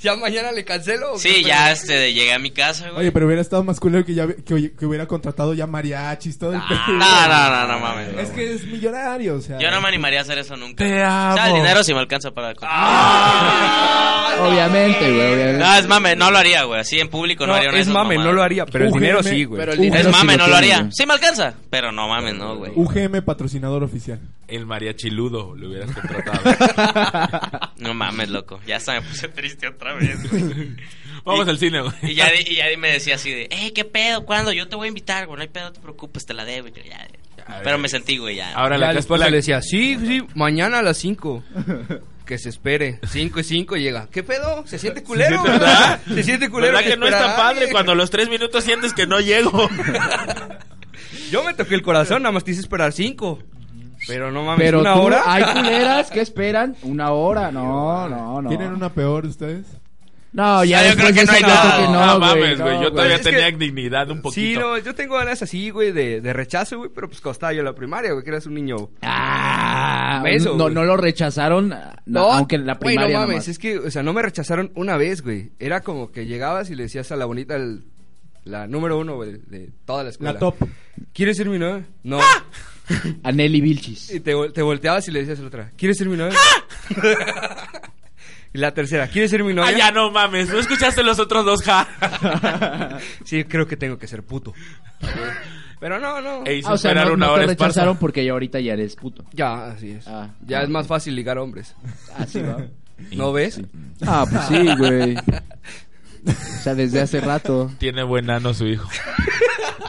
ya mañana le cancelo. o qué sí, pedo? ya, este, de llegué a mi casa, güey. Oye, pero hubiera estado más culero que, ya, que, que hubiera contratado ya mariachis, todo el Ah, No, no, no, no mames. Es no, que es millonario, o sea. Yo no me animaría a hacer eso nunca. Te O sea, el amo. dinero si me alcanza para. Ah, Ah. Obviamente, güey, obviamente. No, es mame, no lo haría, güey. Así en público no, No, haría una de es esas mame, no mamadas. lo haría, pero el Ujeme, dinero sí, güey. Pero el Es dinero sí mame, no lo tiene, haría. güey. Sí me alcanza, pero no mames, no, güey. UGM patrocinador oficial. El mariachiludo lo hubieras contratado. No mames, loco. Ya hasta me puse triste otra vez, güey. Vamos Y- al cine, güey. Y ya, di- y ya di- me decía así de, eh, ¿qué pedo? ¿Cuándo? Yo te voy a invitar, güey. No hay pedo, no te preocupes, te la debo. Y yo, ya, ya. Pero me sentí, güey, ya. Ahora Ya la la casa esposa le decía, sí, sí, mañana a las 5. Que se espere. 5 y 5 llega. ¿Qué pedo? ¿Se siente culero? siente- ¿verdad? Se siente culero. ¿Verdad que no esperar está a padre alguien? cuando a los tres minutos sientes que no llego? Yo me toqué el corazón, nada más te hice esperar 5. Pero no mames, Pero una tú- hora. hay culeras que esperan una hora. No, no, no. ¿Tienen una peor ustedes? No, ya Ah, yo después creo que de no hay esa nada. creo que No, no, güey, mames, no, güey. yo güey. todavía Es que- tenía dignidad un Sí, poquito. no, yo tengo ganas así, güey, de, de rechazo, güey, pero pues cuando estaba yo en la primaria, güey, que eras un niño. Ah, Beso, no, güey. no lo rechazaron, ah, no, aunque en la güey, primaria no mames, nomás. es que, o sea, no me rechazaron una vez, güey. Era como que llegabas y le decías a la bonita, el- la número uno, güey, de toda la escuela. La top. ¿Quieres ser mi novia? No. A Nelly Vilchis. Y te, vol- te volteabas y le decías a la otra, ¿quieres ser mi novia? ¡Ah! y la tercera, ¿quieres ser mi novia? Ah, ya no mames, no escuchaste los otros dos, ja. Sí, creo que tengo que ser puto. Pero no, no. E hizo Ah, o sea, esperar no, una no hora te esparsa. rechazaron porque ya ahorita ya eres puto. Ya, así es. Ah. ya es más fácil ligar hombres. Así va. ¿No ves? Ah, pues sí, güey. O sea, desde hace rato. Tiene buen ano su hijo.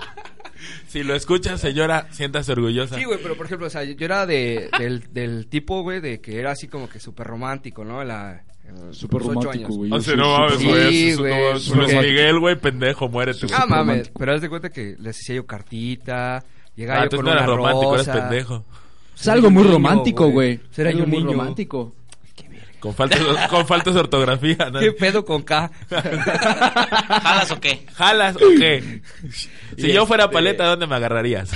si lo escuchas, señora, siéntase orgullosa. Sí, güey, pero por ejemplo, o sea, yo era de, del, del tipo, güey, de que era así como que súper romántico, ¿no? La, en los ocho años. O sea, Ah, no mames, Sí, güey. eso- güey, no, porque- Luis Miguel, güey, pendejo, muérete. güey. Ah, mames, romántico. pero haz de cuenta que les hacía yo cartita, llegaba Ah, yo tú con no eras una romántico, eras rosa. pendejo. Es algo muy Era un niño, romántico, güey. güey. Era algo un muy niño. romántico. Con faltas, con faltas de ortografía, ¿no? ¿Qué pedo con K? ¿Jalas o qué? ¿Jalas o qué? Si Y yo fuera este- paleta, ¿dónde me agarrarías?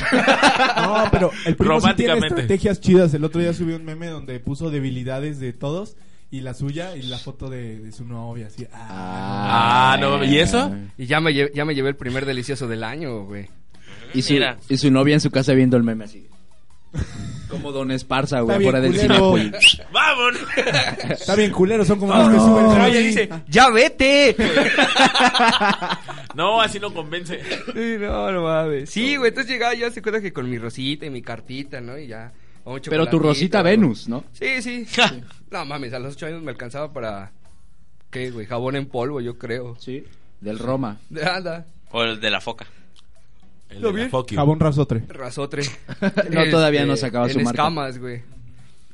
No, pero el primo sí tiene Románticamente. estrategias chidas. El otro día subió un meme donde puso debilidades de todos y la suya y la foto de, de su novia. Así, ah, Ah, no mames. ¿Y eso? Y ya me, lle- ya me llevé el primer delicioso del año, güey. Y su, Mira. y su novia en su casa viendo el meme así. Como Don Esparza, güey, Está bien fuera del culero. Cinépolis. ¡Vámonos! Ah. Está bien culero, son como Ah, los que suben. Pero ella Ay, dice, ¡ya vete! No, así no convence. Sí, no, no mames. Sí, güey, entonces llegaba yo, se cuenta que con mi rosita y mi cartita, ¿no? Y ya. o un Pero tu chocolatito, Rosita algo. Venus, ¿no? Sí, sí. no mames, a los ocho años me alcanzaba para. ¿Qué, güey? Jabón en polvo, yo creo. Sí. Del Roma. De- Anda, O el de la foca. El Lo de la vi. fuck you. Jabón rasotre. rasotre. No, todavía no sacaba su Este, en marca. escamas, güey.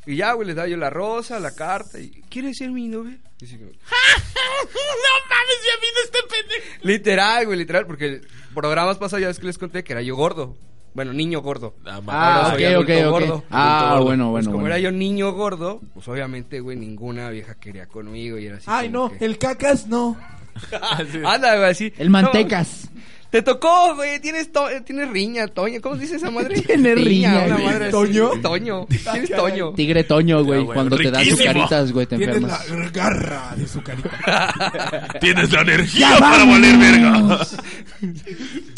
Y ya, güey, les daba yo la rosa, la carta. Y, ¿Quieres ser mi novia? Y así como- ¡No mames, ya vino este pendejo! literal, güey, literal, porque programas pasados ya ves que les conté que era yo gordo. Bueno, niño gordo. Ah, ma- Ahora Ah, soy ok, ok, adulto ok. gordo. Ah, Adulto gordo. bueno, Pues bueno, como bueno. era yo niño gordo, pues obviamente, güey, ninguna vieja quería conmigo y era así. Ay, como no, que- el cacas no. Anda, güey, así. El Mantecas. No, te tocó, güey. Tienes, to- tienes riña, Toño. ¿Cómo se dice esa madre? Tiene riña, una güey. madre así. ¿Toño? Toño. Tienes Toño. Tigre Toño, güey. Ah, güey, cuando te dan sus riquísimo. caritas, güey, te Tienes enfermas. la garra de su carita Tienes la energía para valer verga.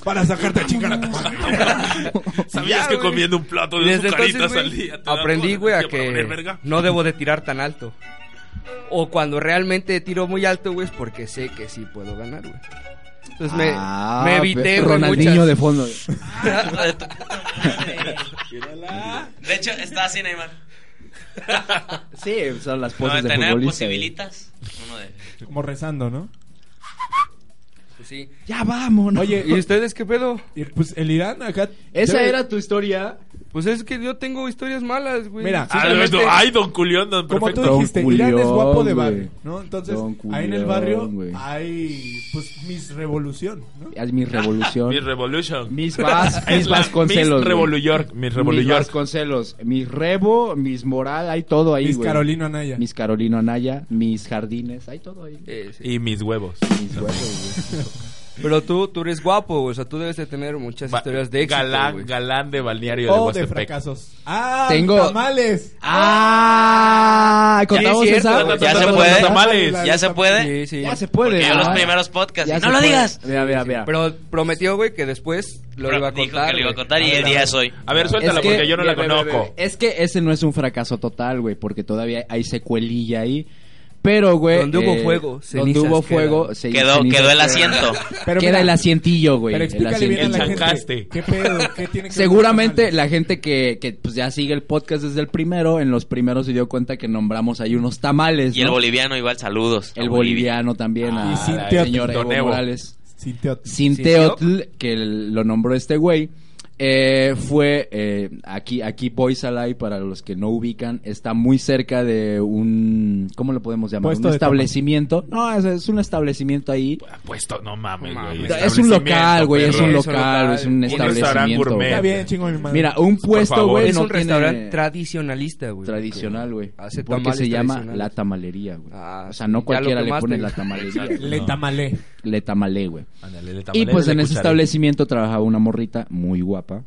para sacarte a chingar a tu madre. ¿Sabías Ya, que güey. comiendo un plato de Desde azucaritas entonces, al güey, día? te da aprendí, toda güey, a energía para valer que verga? no debo de tirar tan alto. O cuando realmente tiro muy alto, güey, es porque sé que sí puedo ganar, güey. Entonces me, Ah, me evité, güey, Ronaldinho muchas. de fondo. güey. Hijo de tu puta madre. De hecho, está así, Neymar. Sí, son las No, poses de de tener futbolista. posibilitas. Uno de... Como rezando, ¿no? Pues sí. Ya vámonos. Oye, ¿Y ustedes qué pedo? Y, Pues el Irán acá. Esa debe- era tu historia. Pues es que yo tengo historias malas, güey. Mira, Ah, Simplemente- no, ay, don Culión, don Como perfecto. tú dijiste, Don Irán es Culión, guapo de güey. barrio, ¿no? Entonces, Don ahí en el Culión, barrio güey. hay, pues, Miss Revolución, ¿no? Haz mi revolución. Mi Revolution. mis Vas, Es mis la Vasconcelos. Miss güey. Revolu York, Miss Revolu Mis York. Vasconcelos. Mis Rebo, mis Moral, hay todo ahí, Miss güey. Carolina Anaya. Mis Carolino Anaya, mis Jardines, hay todo ahí. güey. Eh, sí. Y mis huevos. Mis huevos, güey. Pero tú, tú eres guapo, güey. O sea, tú debes de tener muchas Ba- historias de éxito, galán, güey. galán de balneario Oh, O de de Huastepec. fracasos. ¡Ah! Tengo- ¡Tamales! ¡Ah! ¿Contamos Sí, es esa? cierto, güey. Ya se puede. Tamales. ¿Ya se puede? Sí, sí. Ya se puede. Porque yo los Ah, primeros podcasts. ya ¡No se lo puede. digas! Mira, mira, mira. Pero prometió, güey, que después lo Pero iba a dijo contar. que lo iba a güey. contar y el día es hoy. A ver, suéltala Es que- porque yo no la ve, ve, ve, conozco. ve. Es que ese no es un fracaso total, güey, porque todavía hay secuelilla ahí. Pero, güey. eh, Donde hubo fuego, Donde cenizas hubo quedan. fuego, se- Quedó, cenizas quedó el quedan. asiento. Pero queda mira, el asientillo, güey. Pero el explícale bien a la asientillo. gente. chancaste. ¿Qué pedo? ¿Qué tiene que Seguramente ver la gente que, que, pues ya sigue el podcast desde el primero, en los primeros se dio cuenta que nombramos ahí unos tamales. Y el ¿no? boliviano igual, saludos. El boliviano también, Ah, Y a sin la teatro. señora Evo Don Evo. Morales. con Sin teatro. Sinteotl, que el- lo nombró este güey, eh, fue eh, aquí, aquí Boys Alive, para los que no ubican, está muy cerca de un, ¿cómo lo podemos llamar? Puesto un de establecimiento. No, es, es un establecimiento ahí. Puesto, Pues no mames, No güey. mames. Es un local, güey, es un Es perro. un local. local, es un Un restaurante establecimiento. gourmet. Está bien, chingo mi madre. Mira, un puesto, favor. güey, es no un tiene- restaurante tradicionalista, güey. tradicional, güey. Hace Porque tamales se llama tradicionales. la tamalería, güey. Ah, o sea, no ya cualquiera lo le quemaste. pone la tamalería. Le tamalé. le tamalé, güey. Ándale, le Y tamalé pues de en ese cuchara. establecimiento trabajaba una morrita muy guapa,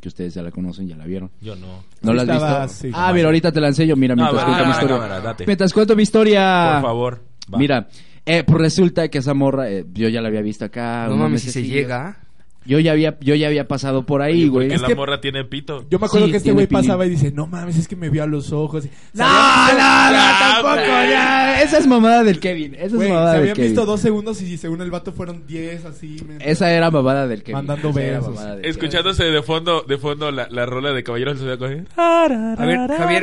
que ustedes ya la conocen, ya la vieron. Yo no. ¿No Sí la has estaba visto? así, ah, como mira, ahorita te la enseño, mira, mientras va, cuento va, mi va, historia. cámara, date. mientras cuento mi historia. Por favor. va. Mira, eh, pues resulta que esa morra, eh, yo ya la había visto acá. No unos mames, si se mesecillos. llega. Yo ya había, yo ya había pasado por ahí, Oye, güey. Porque Es la que- morra tiene pito. Yo me acuerdo Sí, que este tiene güey pilín. pasaba y dice, no mames, es que me vio a los ojos. No, Ah, no, no, tampoco, ya. Esa es mamada del Kevin. Esa Güey, es se mamada del habían Kevin. visto dos segundos y según el vato fueron diez, así. men. Esa era mamada del Kevin. Mandando Esa era besos. mamada del Escuchándose de fondo, de fondo la, la rola de Caballeros del Zodiaco. ¿eh? A ver, Javier,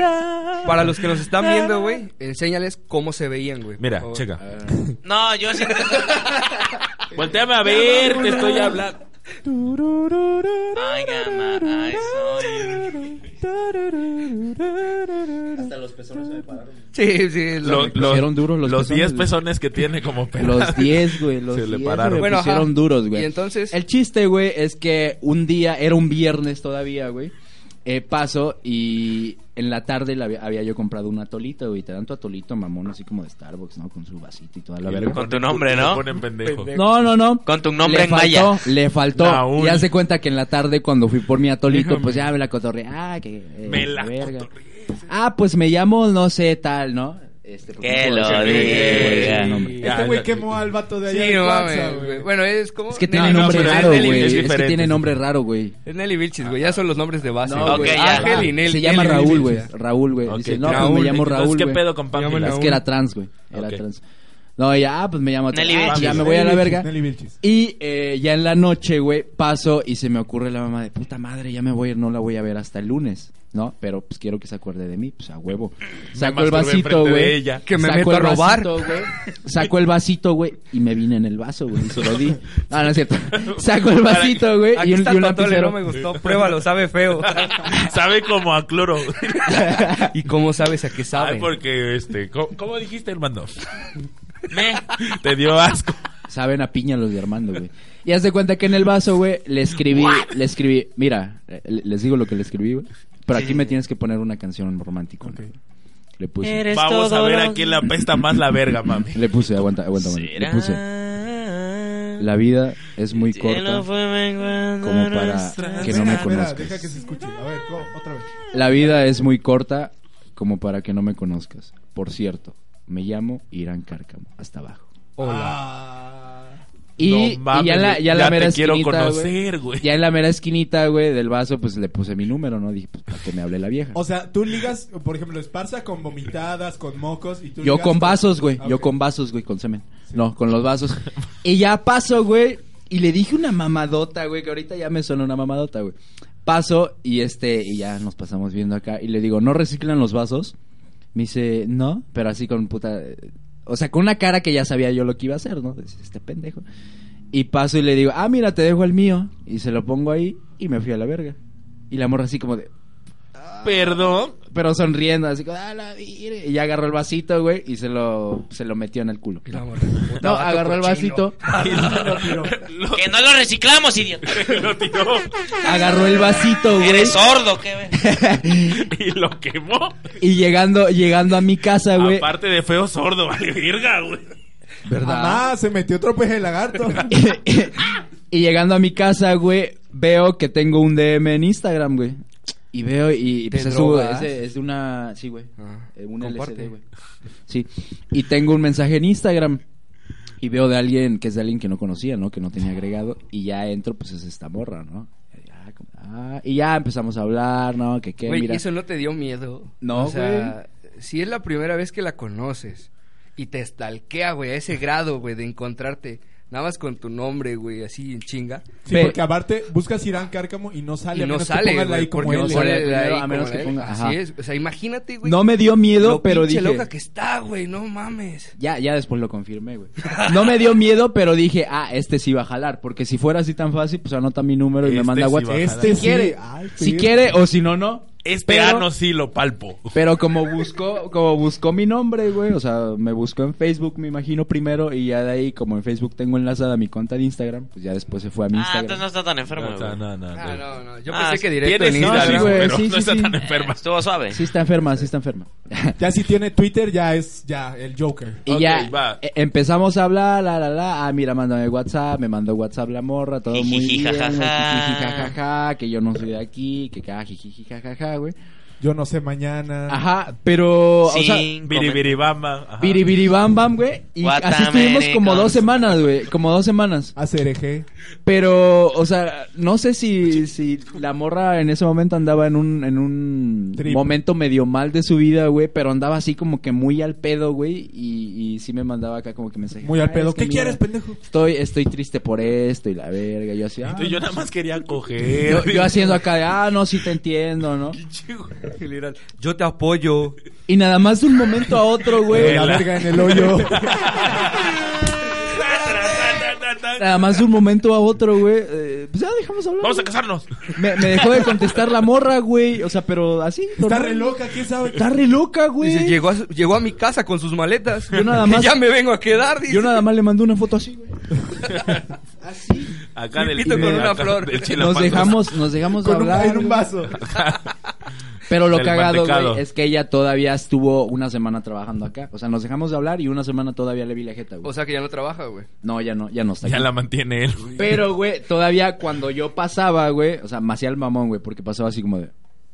para los que nos están viendo, güey, enséñales cómo se veían, güey. por Mira, favor. checa. No, yo sí. Volteame a ver, te estoy hablando. Ay, gama, ay, soy. Sí, sí. lo- Lo- pusieron los- duros los los pezones, 10 güey. pezones que tiene como Kevin. perra. Los 10, güey. Los Se le 10 pararon. me Bueno, ajá. pusieron duros, güey. Y entonces- El chiste, güey, es que un día, era un viernes todavía, güey. eh, paso y en la tarde la había, había yo comprado un atolito, güey. Te dan tu atolito mamón, así como de Starbucks, ¿no? Con su vasito y toda la Y verga. le Con ponen- tu nombre, ¿no? Le ponen pendejo. No, no, no. Con tu nombre le en faltó, maya. Le faltó. Naúl. Y hace cuenta que en la tarde cuando fui por mi atolito, pues ya me la cotorré. Ah, que... eh, Me la Ah, pues me llamo, no sé, tal, ¿no? Este, porque Que no puedo lo decir, diga. güey, pues, no, hombre. Este güey quemó al vato de Sí, no allá. en WhatsApp, mames, güey. Bueno, es como. Es que Nelly tiene no, Vilchis, nombre pero es raro, Nelly, güey. es Es que diferente, tiene es nombre diferente. raro, güey. Es Nelly Vilchis, güey. Ya son los nombres de base. No, güey. güey, ya. Ángel y Nelly. Se llama Nelly Raúl, güey. Vilchis. Raúl, güey. Ok, Dice, no, pues Raúl. me llamo Entonces, Raúl, ¿qué güey. pedo con Pampi? Llámala. Es que era trans, güey. Era Ok. trans. No, ya, ah, pues me llamo Nelly trans. Ah, Vilchis. ya me voy a la Nelly verga. Vilchis, Nelly Vilchis. Y eh, ya en la noche, güey, paso y se me ocurre la mamá de puta madre, ya me voy a ir, no la voy a ver hasta el lunes, ¿no? Pero pues quiero que se acuerde de mí, pues a huevo. Saco el masturbé vasito, enfrente de güey. ella. Que me Saco meto el a robar. vasito, güey. Saco el vasito, güey, y me vine en el vaso, güey, y se lo di. No, no es cierto. Saco el vasito, güey, Aquí y un, está y un tu atole, lapicero. no me gustó. Pruébalo, sabe feo. Sabe como a cloro. ¿Y cómo sabes a qué Ah, sabe? Ay, porque este, ¿cómo, cómo dijiste, hermano? Me. Te dio asco. Saben a piña los de Armando, güey. Y haz de cuenta que en el vaso, güey, le escribí, le escribí, mira, eh, le- les digo lo que le escribí, güey. Pero aquí me tienes que poner una canción romántica. güey. Le puse. Vamos a ver a quién le apesta más la verga, mami. Le puse, aguanta, aguanta, mami. Le puse. La vida es muy corta como para que no Espera, me espera, Deja que conozcas. se escuche. A ver, co- otra vez. La vida es muy corta como para que no me conozcas. Por cierto, me llamo Irán Cárcamo. Hasta abajo. Hola. Ah. Y, No mames, y ya la, ya la ya mera te quiero esquinita, güey, conocer, güey. Ya en la mera esquinita, güey, del vaso, pues le puse mi número, ¿no? Dije, pues, para que me hable la vieja. O sea, tú ligas, por ejemplo, Esparza con vomitadas, con mocos. Y tú Yo ligas con vasos, güey. Ah, Yo ok. con vasos, güey, con semen. No, con los vasos. y ya paso, güey. Y le dije una mamadota, güey, que ahorita ya me suena una mamadota, güey. Paso y este, y ya nos pasamos viendo acá. Y le digo, ¿no reciclan los vasos? Me dice, no, pero así con puta. O sea, con una cara que ya sabía yo lo que iba a hacer, ¿no? Dice, Este pendejo. Y paso y le digo, ah, mira, te dejo el mío. Y se lo pongo ahí y me fui a la verga. Y la morra así como de, Perdón. pero sonriendo, así como, ah, la virgen". Y ya agarró el vasito, güey, y se lo, se lo metió en el culo. Y la morra, puta, No, vato agarró el cochino. vasito. Lo- Que no lo reciclamos, idiota. lo tiró Agarró el vasito, güey. Eres sordo, ¿qué ves? y lo quemó. Y llegando, llegando a mi casa, Ah, güey. Aparte de feo sordo, vale virga, güey. Mamá, Ah, se metió otro peje de lagarto. y llegando a mi casa, güey, veo que tengo un DM en Instagram, güey. Y veo y, y pues ¿Te es, su- drogas? es de- es de una, sí, güey. Ah, Eh, un comparte. LCD, güey. Sí. Y tengo un mensaje en Instagram. Y veo de alguien que es de alguien que no conocía, ¿no? Que no tenía agregado. Y ya entro, pues es esta morra, ¿no? Y ya, como, ah, y ya empezamos a hablar, ¿no? Que qué, Güey, mira. eso no te dio miedo. No, O sea, si es la primera vez que la conoces y te estalquea, güey, a ese grado, güey, de encontrarte nada más con tu nombre, güey, así en chinga. Sí, Ve. porque aparte buscas Irán Cárcamo y no sale. y a no menos que sale, pongas güey, ahí como porque no L. sale Sale la eh, I primero, a como menos la que L. ponga, Así ajá. es. O sea, imagínate, güey. No me dio miedo, lo pero pinche dije. loca que está, güey, no mames. Ya, ya después lo confirmé, güey. No me dio miedo, pero dije, ah, este sí va a jalar. Porque si fuera así tan fácil, pues anota mi número y me Este manda sí WhatsApp. va a jalar. Este si quiere, sí. Ay, si sí. quiere o si no, no. Este ah, Pero- ano sí lo palpo. Pero como buscó, como buscó mi nombre, güey, o sea, me buscó en Facebook, me imagino primero, y ya de ahí, como en Facebook tengo enlazada mi cuenta de Instagram, pues ya después se fue a mi Ah, entonces Instagram. no está tan enfermo, No, güey. no, no, Ah, no, no. no. Yo Ah, pensé que directo en Tienes Instagram. sí, güey. pero no sí, está sí. tan enferma. Estuvo suave. Sí está enferma, sí está enferma. Ya si tiene Twitter, ya es ya el Joker. Y Ok, ya va. eh, empezamos a hablar, la, la, la. Ah, mira, mándame WhatsApp, me mandó WhatsApp la morra, todo muy Jijiji, bien, güey, jijiji, jajaja. jajaja, que yo no soy de aquí, que cada jijiji, jajaja, güey. Yo no sé mañana. Ajá, pero, o Sí, sea, Biribiribamba. ajá. biribiribam, bam, güey. Y así estuvimos como dos semanas, güey, como dos semanas. Hace hereje. Pero, o sea, no sé si, si la morra en ese momento andaba en un, en un Trip. momento medio mal de su vida, güey, pero andaba así como que muy al pedo, güey, y, y sí me mandaba acá como que mensajes. Muy "Ay, al Ah, pedo. es que ¿Qué mira, quieres, pendejo? Estoy, estoy triste por esto y la verga, yo así, ah, Entonces yo nada más quería yo, coger. yo haciendo acá de, ah, no, sí te entiendo, ¿no? Literal, Yo te apoyo. Y nada más de un momento a otro, güey, Eh, La Vela. verga en el hoyo. nada más de un momento a otro, güey, eh, pues ya dejamos hablar. Vamos a güey. casarnos. me, me dejó de contestar la morra, güey, o sea, pero así. Está normal. re loca, quién sabe. Está re loca, güey. Dice, llegó a, su- llegó a mi casa con sus maletas. Yo nada más- ya me vengo a quedar, dice. Yo nada más le mandé una foto así, güey. Acá Un del pito con una acá flor. del Nos chilapantas. dejamos, nos dejamos Con un, hablar. en un güey. vaso. Pero lo Del cagado, mantecado. güey, es que ella todavía estuvo una semana trabajando acá. O sea, nos dejamos de hablar y una semana todavía le vi la jeta, güey. O sea que ya no trabaja, güey. no, ya no, ya no está Ya aquí. la mantiene él. güey. Pero, güey, todavía cuando yo pasaba, güey, o sea, me hacía el mamón, güey, porque pasaba así como de...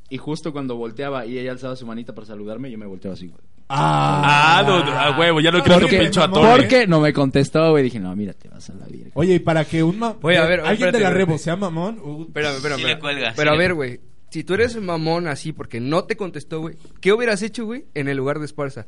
Y justo cuando volteaba y ella alzaba su manita para saludarme, yo me volteaba así, güey. Ah, dude, a huevo, ya lo creo tu Porque- pincho ¿eh? mamón, atole. ¿Por qué? Porque no me contestó, güey. Dije, no, mira, te vas a la virgen. Oye, y para que un mamón. Oye, a ver, Alguien espérate, de la güey. rebo sea mamón. Uh, Espérame, espérame. Sí le espérame. cuelga, Pero sí a le- ver, güey. Si tú eres mamón así porque no te contestó, güey, ¿qué hubieras hecho, güey, en el lugar de Esparza?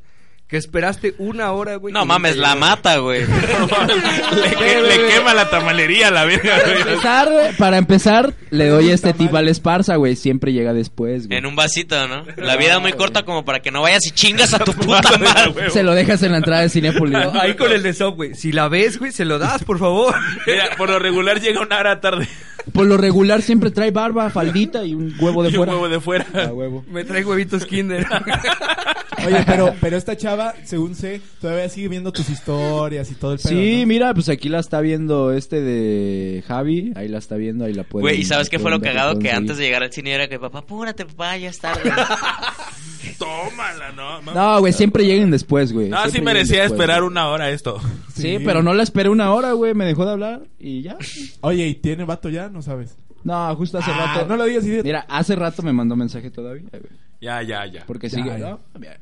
Que esperaste una hora, güey. y No nunca mames, la llegó. mata, güey. le, que- le quema la tamalería a la verga, Para güey. empezar, güey, para empezar, le doy este tip al Esparza, güey. Siempre llega después, güey. En un vasito, ¿no? La vida es muy corta como para que no vayas y chingas a tu puta madre. güey. Se lo dejas en la entrada de Cinépolis. No, ahí con el de Sop, güey. Si la ves, güey, se lo das, por favor. Mira, por lo regular llega una hora tarde. Por lo regular siempre trae barba, faldita y un huevo de Y un fuera. huevo de fuera. a huevo. Me trae huevitos Kinder. Oye, pero, pero esta chava, según sé, todavía sigue viendo tus historias y todo el pedo. Sí, ¿no? mira, pues aquí la está viendo este de Javi. Ahí la está viendo, ahí la puede. Güey, ¿y sabes qué fue lo cagado? Que antes de llegar al cine era que, papá, apúrate, papá, ya es tarde. Tómala, no. mames. No, güey, siempre lleguen después, güey. Ah, No, sí pues. Siempre merecía lleguen después, esperar güey. una hora esto. Sí, Sí. pero no la esperé una hora, güey. Me dejó de hablar y ya. Oye, ¿y tiene vato ya? No sabes. No, justo hace Ah, rato. No lo digas, idiota. Mira, hace rato me mandó mensaje todavía, güey. Ya, ya, ya. Porque Ya, sigue. ya. ¿no? Mira,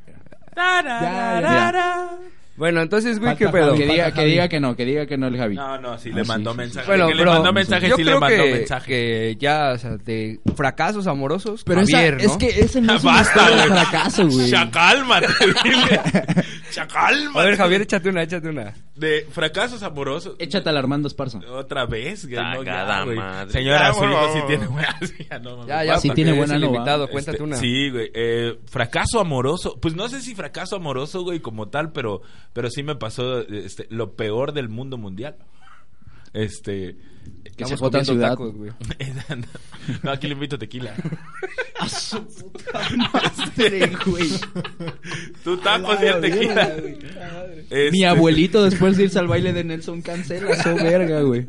Ya, mira. bueno, entonces, güey, ¿qué Falta pedo? Que Javi. diga, que diga que no, que diga que no el Javi. No, no, sí, Ah, le sí, mandó sí, sí. mensaje. Bueno, Que le pero mandó mensaje, yo sí le creo mandó que, mensaje. que ya, o sea, de fracasos amorosos, Pero esa- Javier, ¿no? es que ese no es un Basta, historia de güey. fracaso, güey. Ya cálmate, William. Ya A cálmate. ver, Javier, échate una, échate una. De fracasos amorosos. Échate al Armando Esparza. Otra vez, güey, no, ya, Tagada güey. madre. Señora, Ya, su por hijo sí favor. tiene buena- sí, ya no, mames. Ya, ya, Sí porque tiene es buena el no va. invitado, cuéntate Este, una. Sí, güey. eh, fracaso amoroso. Pues no sé si fracaso amoroso, güey, como tal, pero, pero sí me pasó este, lo peor del mundo mundial. Este. Que se Estamos fue a otra comiendo ciudad. tacos, güey. no, aquí le invito tequila. A su puta madre, güey. Tú tacos y el tequila. Este, Mi abuelito después de irse al baile de Nelson cancela su verga, güey.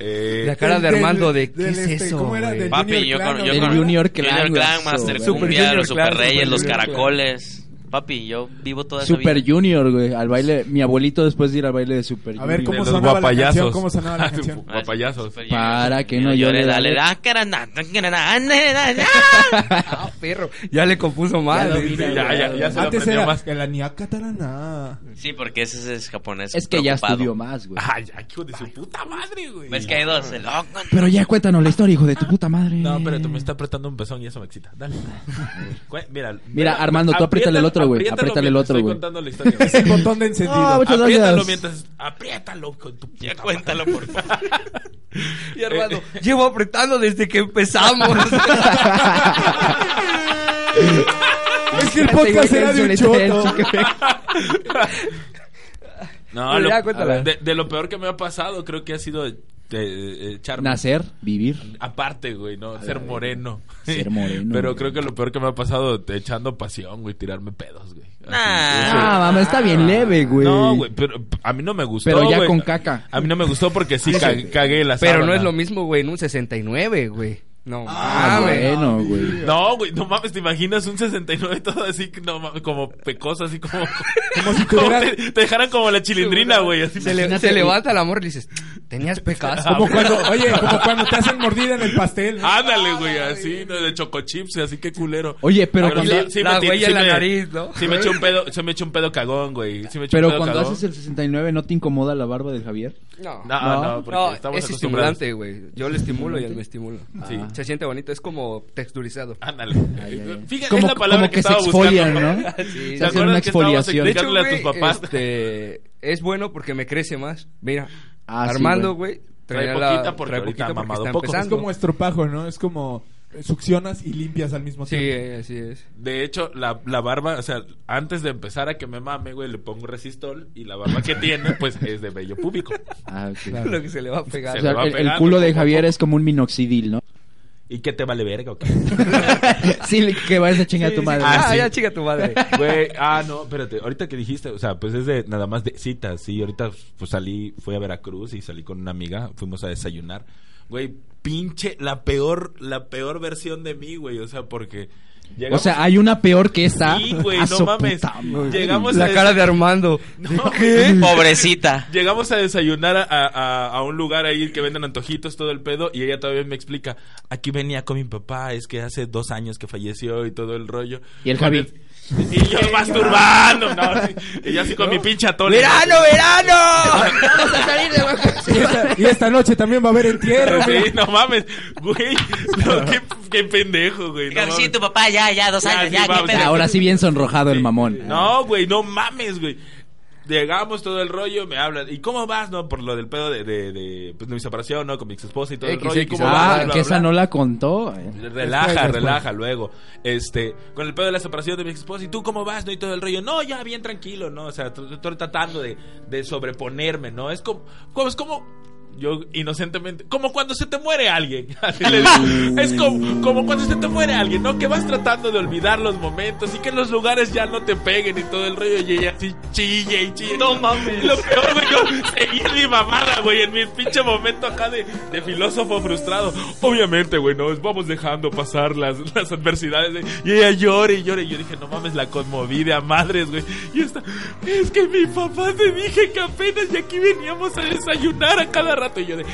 eh, La cara de Del- Armando de ¿qué del es este, eso? ¿Cómo era? güey? Del Papi, Junior yo Clan, con, ¿no? yo El con- Junior Clan, Junior güey, Clan, eso, Master güey. Cumbia, Super los Junior Clan, Super Reyes, Super los Junior Clan. caracoles. Papi, yo vivo toda esa Super vida. Junior, güey. Al baile. Mi abuelito después de ir al baile de Super A Junior. ver, ¿cómo de los sonaba la guapayazos. canción? ¿Cómo sonaba la canción? Ah, Guapayazos. Super Junior. Para que no Yo llore. le dale, "Ah, dale. da, cara, na, na, na, na, na, na. Ah, este. perro. Ya le compuso Ah, mal. Ya lo dice. vi, ya, ya, ya se lo Antes aprendió era más. que la niaca taraná. Sí, porque ese es, es japonés. Es que ya preocupado. estudió más, güey. Ay, ay, hijo de su puta madre, güey. Ves que hay dos. el loco. Pero ya cuéntanos la historia, hijo de tu puta madre. No, pero tú me estás apretando un pezón y eso me excita. Dale. Cu- Mira, Mira, Armando, tú apriétale el otro, güey. Apriétale el otro, güey. Estoy contando la historia. Ese botón de encendido. Ah, muchas apriétalo gracias. mientras. Apriétalo con tu Ya puta cuéntalo, por favor. Eh, Y Armando, eh. llevo apretando desde que empezamos. eh. Es que el podcast era de un choto. No, Pero lo- ya, cuéntala. de, de lo peor que me ha pasado, creo que ha sido eh, eh, echarme- Nacer, vivir. Aparte, güey, ¿no? Ser moreno. Ser moreno, Pero güey. creo que lo peor que me ha pasado te- echando pasión, güey, tirarme pedos, güey. Así, Nah. Ah, mamá, está bien leve, güey. güey. No, güey, pero a mí no me gustó. Pero ya güey. con caca. A mí no me gustó porque sí ca- cagué la Pero no sábana. es lo mismo, güey, en un 69, güey. No Ah, mames. bueno, güey. No, güey, no mames, te imaginas un 69 todo así, no mames, como pecosa, así como. Como si como tuviera- te, te dejaran como la chilindrina, güey, así. Se, le- Imagínate, se güey. levanta el amor y le dices, tenías pecados. Como cuando, oye, como cuando te hacen mordida en el pastel. ¿no? Ah, Ándale, güey, Ah, así, ¿no? de chocochips, así que culero. Oye, pero Pero cuando, sí, sí la me ti- huella sí en la me- nariz, ¿no? Sí me eché un pedo, se me eché un pedo cagón, güey. Sí me eché un pero pedo cuando cagón. haces el 69, ¿no te incomoda la barba del Javier? No, no, No, no, No, porque estamos es acostumbrados. estimulante, güey. Yo le estimulo y él me estimula. Sí. Ah. Se siente bonito, es como texturizado. Ándale. Fíjate, Como- es la palabra como que, que se estaba exfolian, buscando. ¿no? Se ¿Te hacen acuerdas una que estábamos exfoliación. De De hecho, explicándole güey, a tus papás. este, es bueno porque me crece más. Mira, Ah, sí, Armando, güey, Trae traía la- poquita porque trae poquita ahorita ha porque mamado está poco. Es Es empezando. como estropajo, ¿no? Es como eh, succionas y limpias al mismo Sí, tiempo. eh, así es. De hecho, la, la barba, o sea, antes de empezar a que me mame, güey, le pongo resistol y la barba que tiene, pues, es de vello público. Ah, ok. Lo que se le va a pegar. O Se le sea, va el, el pegando culo de poco a Javier poco. es como un minoxidil, ¿no? ¿Y qué te vale verga o qué? sí, que vayas a chingar a tu madre. Ah, sí. ya chica tu madre. Güey, ah, no, espérate, ahorita que dijiste, o sea, pues es de nada más de citas, sí, ahorita pues salí, fui a Veracruz y salí con una amiga, fuimos a desayunar. Güey, pinche, la peor, la peor versión de mí, güey, o sea, porque... O llegamos- sea, hay una peor que esa. Sí, güey, A no su mames. puta madre. Llegamos a La cara de Armando. No, güey. Pobrecita. Llegamos a desayunar a, a- a un lugar ahí que venden antojitos, todo el pedo, y ella todavía me explica, aquí venía con mi papá, es que hace dos años que falleció y todo el rollo. Y el Con Javi. Y yo masturbando, no, sí. y yo así con mi pinche atole. ¡Verano, verano! Y, esta, y esta noche también va a haber entierro. Sí, no mames, güey, no, qué, qué pendejo, güey. No, Digan, sí, mames. tu papá, ya, ya, dos Ya, años, sí, ya, qué vamos, pedo. ya. Ah, Ahora sí bien sonrojado el mamón. No, güey, no mames, güey. Llegamos todo el rollo, me hablan. ¿Y cómo vas, no? Por lo del pedo de, de, de, pues, de mi separación, ¿no? Con mi ex esposa y todo el X, rollo. ¿Y X, cómo vas? Ah, Bla, bla, que esa bla. no la contó. eh. Relaja, Después, relaja luego. Este, con el pedo de la separación de mi esposa, ¿y tú cómo vas? ¿No? Y todo el rollo, no, ya bien tranquilo, ¿no? O sea, estoy estoy tratando de, de sobreponerme, ¿no? Es como, como- es como, yo inocentemente, como cuando se te muere alguien. Así le digo. Es como, como cuando se te muere alguien, ¿no? Que vas tratando de olvidar los momentos y que los lugares ya no te peguen y todo el rollo, y ella así chille y chille. No mames. Lo peor, güey, yo seguí en mi mamada, güey, en mi pinche momento acá de, de filósofo frustrado. Obviamente, güey, nos vamos dejando pasar las, las adversidades. de- y ella llora y llora. Y yo dije, no mames, la conmoví de a madres, güey. Y esta, es que mi papá te dije que apenas y aquí veníamos a desayunar a cada rato. Y yo de,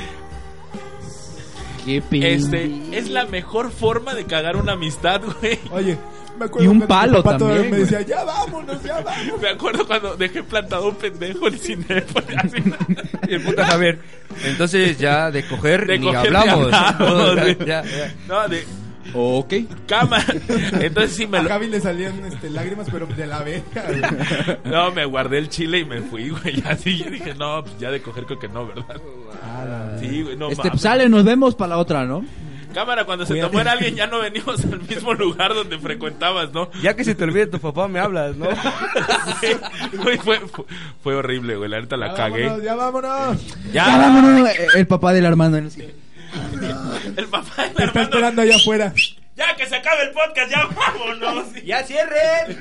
Qué pin- este, es la mejor forma de cagar una amistad, güey. Oye, me acuerdo Y un cuando mi palo papá todavía también, Me güey. decía, ya vámonos, ya vámonos. Me acuerdo cuando dejé plantado un pendejo en el cine. Así, Y el puta Javier. Entonces ya de coger De ni coger ni hablamos. hablamos, güey. Ya, ya. no, de Ok. cama. Entonces sí me A lo... Javi le salían este, lágrimas, pero de la verga. güey. No, me guardé el chile y me fui, güey. Así yo dije, no, pues ya de coger creo que no, ¿verdad? Sí, güey, no Este, mames. sale, nos vemos para la otra, ¿no? Cámara, cuando se te Cuídate. muera alguien ya no venimos al mismo lugar donde frecuentabas, ¿no? Ya que se te olvide tu papá, me hablas, ¿no? Sí. Güey, fue, fue, fue horrible, güey. La neta la Ya Ah, vámonos, cagué. ya vámonos. Ya, vámonos, eh, el papá del Armando. El papá de Te está Armando. esperando allá afuera. Ya que se acabe el podcast, ya vámonos. ¡Ya cierren!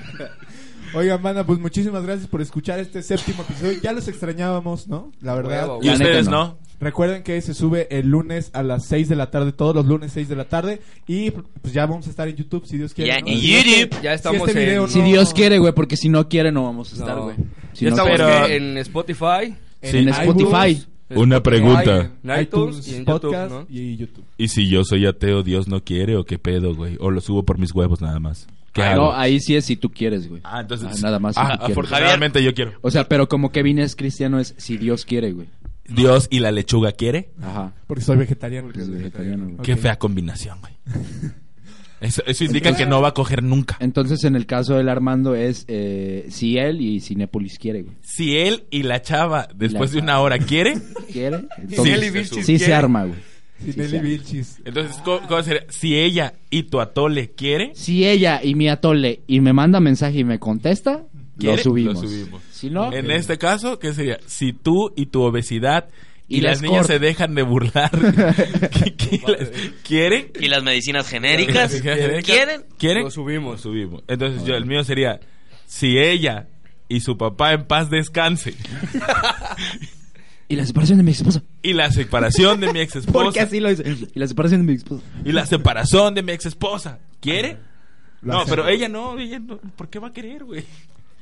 Oigan, banda, pues muchísimas gracias por escuchar este séptimo episodio. Ya los extrañábamos, ¿no? La verdad. Huevo, ¿Y La ustedes neta, no. no? Recuerden que se sube el lunes a las 6 de la tarde, todos los lunes 6 de la tarde. Y pues ya vamos a estar en YouTube, si Dios quiere. Ya, ¿no? y Si este- YouTube. Ya estamos si este en- video no- Si Dios quiere, güey, porque si no quiere no vamos a No. estar, güey. Si ya no estamos quiere. pero- ¿qué? en Spotify, en Spotify. Una pregunta. en iTunes, y en Podcast YouTube, ¿no? y YouTube. ¿Y si yo soy ateo, Dios no quiere o qué pedo, güey? ¿O lo subo por mis huevos nada más? ¿Qué Ah, hago? no, ahí sí es si tú quieres, güey. Ah, entonces. Ah, nada más si Ah, tú quieres. afortunadamente yo quiero. O sea, pero como Kevin es cristiano es si Dios quiere, güey. ¿Dios y la lechuga quiere? Ajá. Porque soy vegetariano. Porque es vegetariano, güey. Qué Ok. fea combinación, güey. Eso, eso indica que no va a coger nunca. Entonces, en el caso del Armando es eh, si él y si Népolis quiere, güey. Si él y la chava después La de una chava. hora quiere, ¿Quiere? Si Entonces, él y Vilchis sí se quieren. arma, güey. Sin Sí, Eli sí. Vilchis. entonces, ¿cómo, cómo sería? Si ella y tu atole quiere, Si ella y mi atole y me manda mensaje y me contesta, lo ¿Quiere? subimos. Lo subimos. Si no, en este caso, ¿qué sería? Si tú y tu obesidad y, Y la las niñas escort. se dejan de burlar, ¿qué- qué las- ¿quieren? ¿Y las medicinas genéricas? ¿Quieren? ¿Quieren? lo subimos. subimos. Entonces, yo, el mío sería: si ella y su papá en paz descanse y la separación de mi esposa. y la separación de mi ex Porque esposa así lo dice. Y la separación de mi esposa. y la separación de mi ex esposa, ¿quiere? Lo no, hace. pero ella no, ella no, ¿por qué va a querer, güey?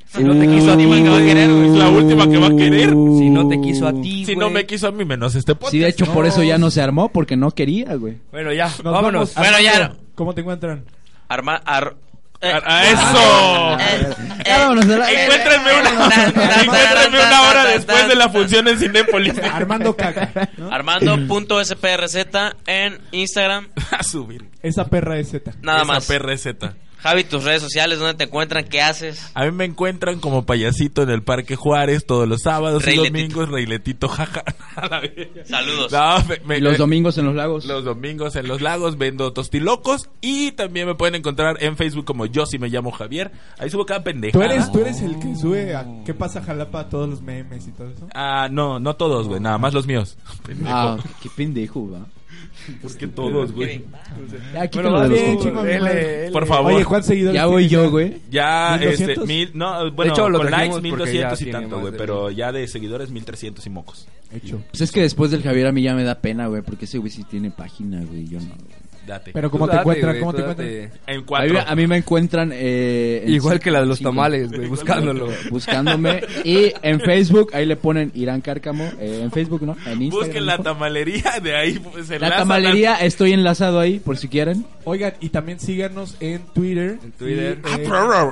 Si no te quiso a ti, ¿cuál que va a querer, güey? Es la última que va a querer. Si no te quiso a ti, Si güey. no me quiso a mí, menos este podcast. Sí, de hecho, por eso ya no se armó, porque no quería, güey. Bueno, ya, Nos vámonos. vamos. Bueno, ya. Armando, Ah, ¿Cómo te encuentran? Arma, ar- eh, A, a eso. eh, eh, Vámonos a la- Encuéntrenme una, Tan, tan, tan, encuéntrenme tan, una hora tan, después tan, de la tan. función en Cinépolis. Armando Caca. ¿no? Armando.sprz en Instagram. A subir. Esa perra es Z. Nada Esa más. PRZ. Javi, tus redes sociales, ¿dónde te encuentran? ¿Qué haces? A mí me encuentran como payasito en el Parque Juárez todos los sábados y Rey domingos. Reiletito, jaja. A la verga. Saludos. No, me- me- Y los domingos en los lagos. eh, Los domingos en los lagos vendo tostilocos y también me pueden encontrar en Facebook como yo si me llamo Javier. Ahí subo cada pendeja. ¿Tú eres, tú eres el que sube a ¿Qué pasa Jalapa? Todos los memes y todo eso. Ah, no, no todos, güey, nada más los míos. Pendejo, Ah, qué pendejo, va. ¿por qué todos, güey? Ya, Bueno, quítalo de los va bien, ojos, chico. güey. mi madre. L, L. Por favor. Oye, ¿cuántos seguidores Ya voy tienes yo, güey. Ya, este, 1200? mil, no, bueno, hecho, lo con likes trajimos porque ya 1200 y tiene tanto, más güey, de pero ya de seguidores 1300 y mocos. Hecho. Pues es que después del Javier a mí ya me da pena, güey, porque ese güey sí tiene página, güey, yo no. güey. Date. Pero Tú ¿cómo te date, encuentran? güey, ¿Cómo tú te date. encuentran? en A mí, cuatro. a mí me encuentran... eh, en Igual que la de los cinco- tamales, güey, buscándolo. Buscándome. Y en Facebook, ahí le ponen Irán Cárcamo. eh, en Facebook, ¿no? En Instagram. Busquen la ¿no? tamalería de ahí pues, se La enlazan tamalería, estoy enlazado ahí, por si quieren. Oigan, y también síganos en Twitter. En Twitter. Ah, Y, eh, al-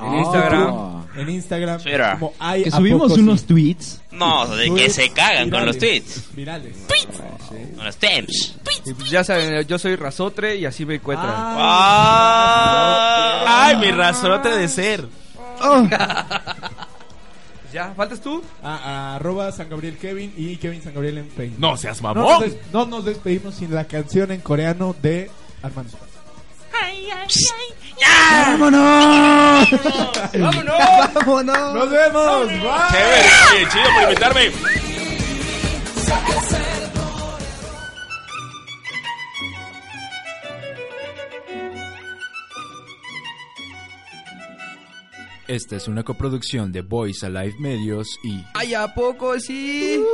En Instagram. en Instagram. Twitter. Como hay Que subimos unos tweets. No, de que se cagan con los tweets. Virales. Ah, Con los tweets. Y pues ya saben, yo soy Razotre y así me encuentran. Ah. Ay, mi razote de ser. ¿Ya? ¿Faltas tú? Ah, arroba San Gabriel Kevin y Kevin San Gabriel en Facebook. No seas No nos, mamón. des- no nos despedimos sin la canción en coreano de Armando. ¡Vámonos! ¡Vámonos! ¡Nos vemos! ¡Bye! Chévere, oye, chido por invitarme. Esta es una coproducción de Voice Alive Medios y ¡Ay, a poco sí!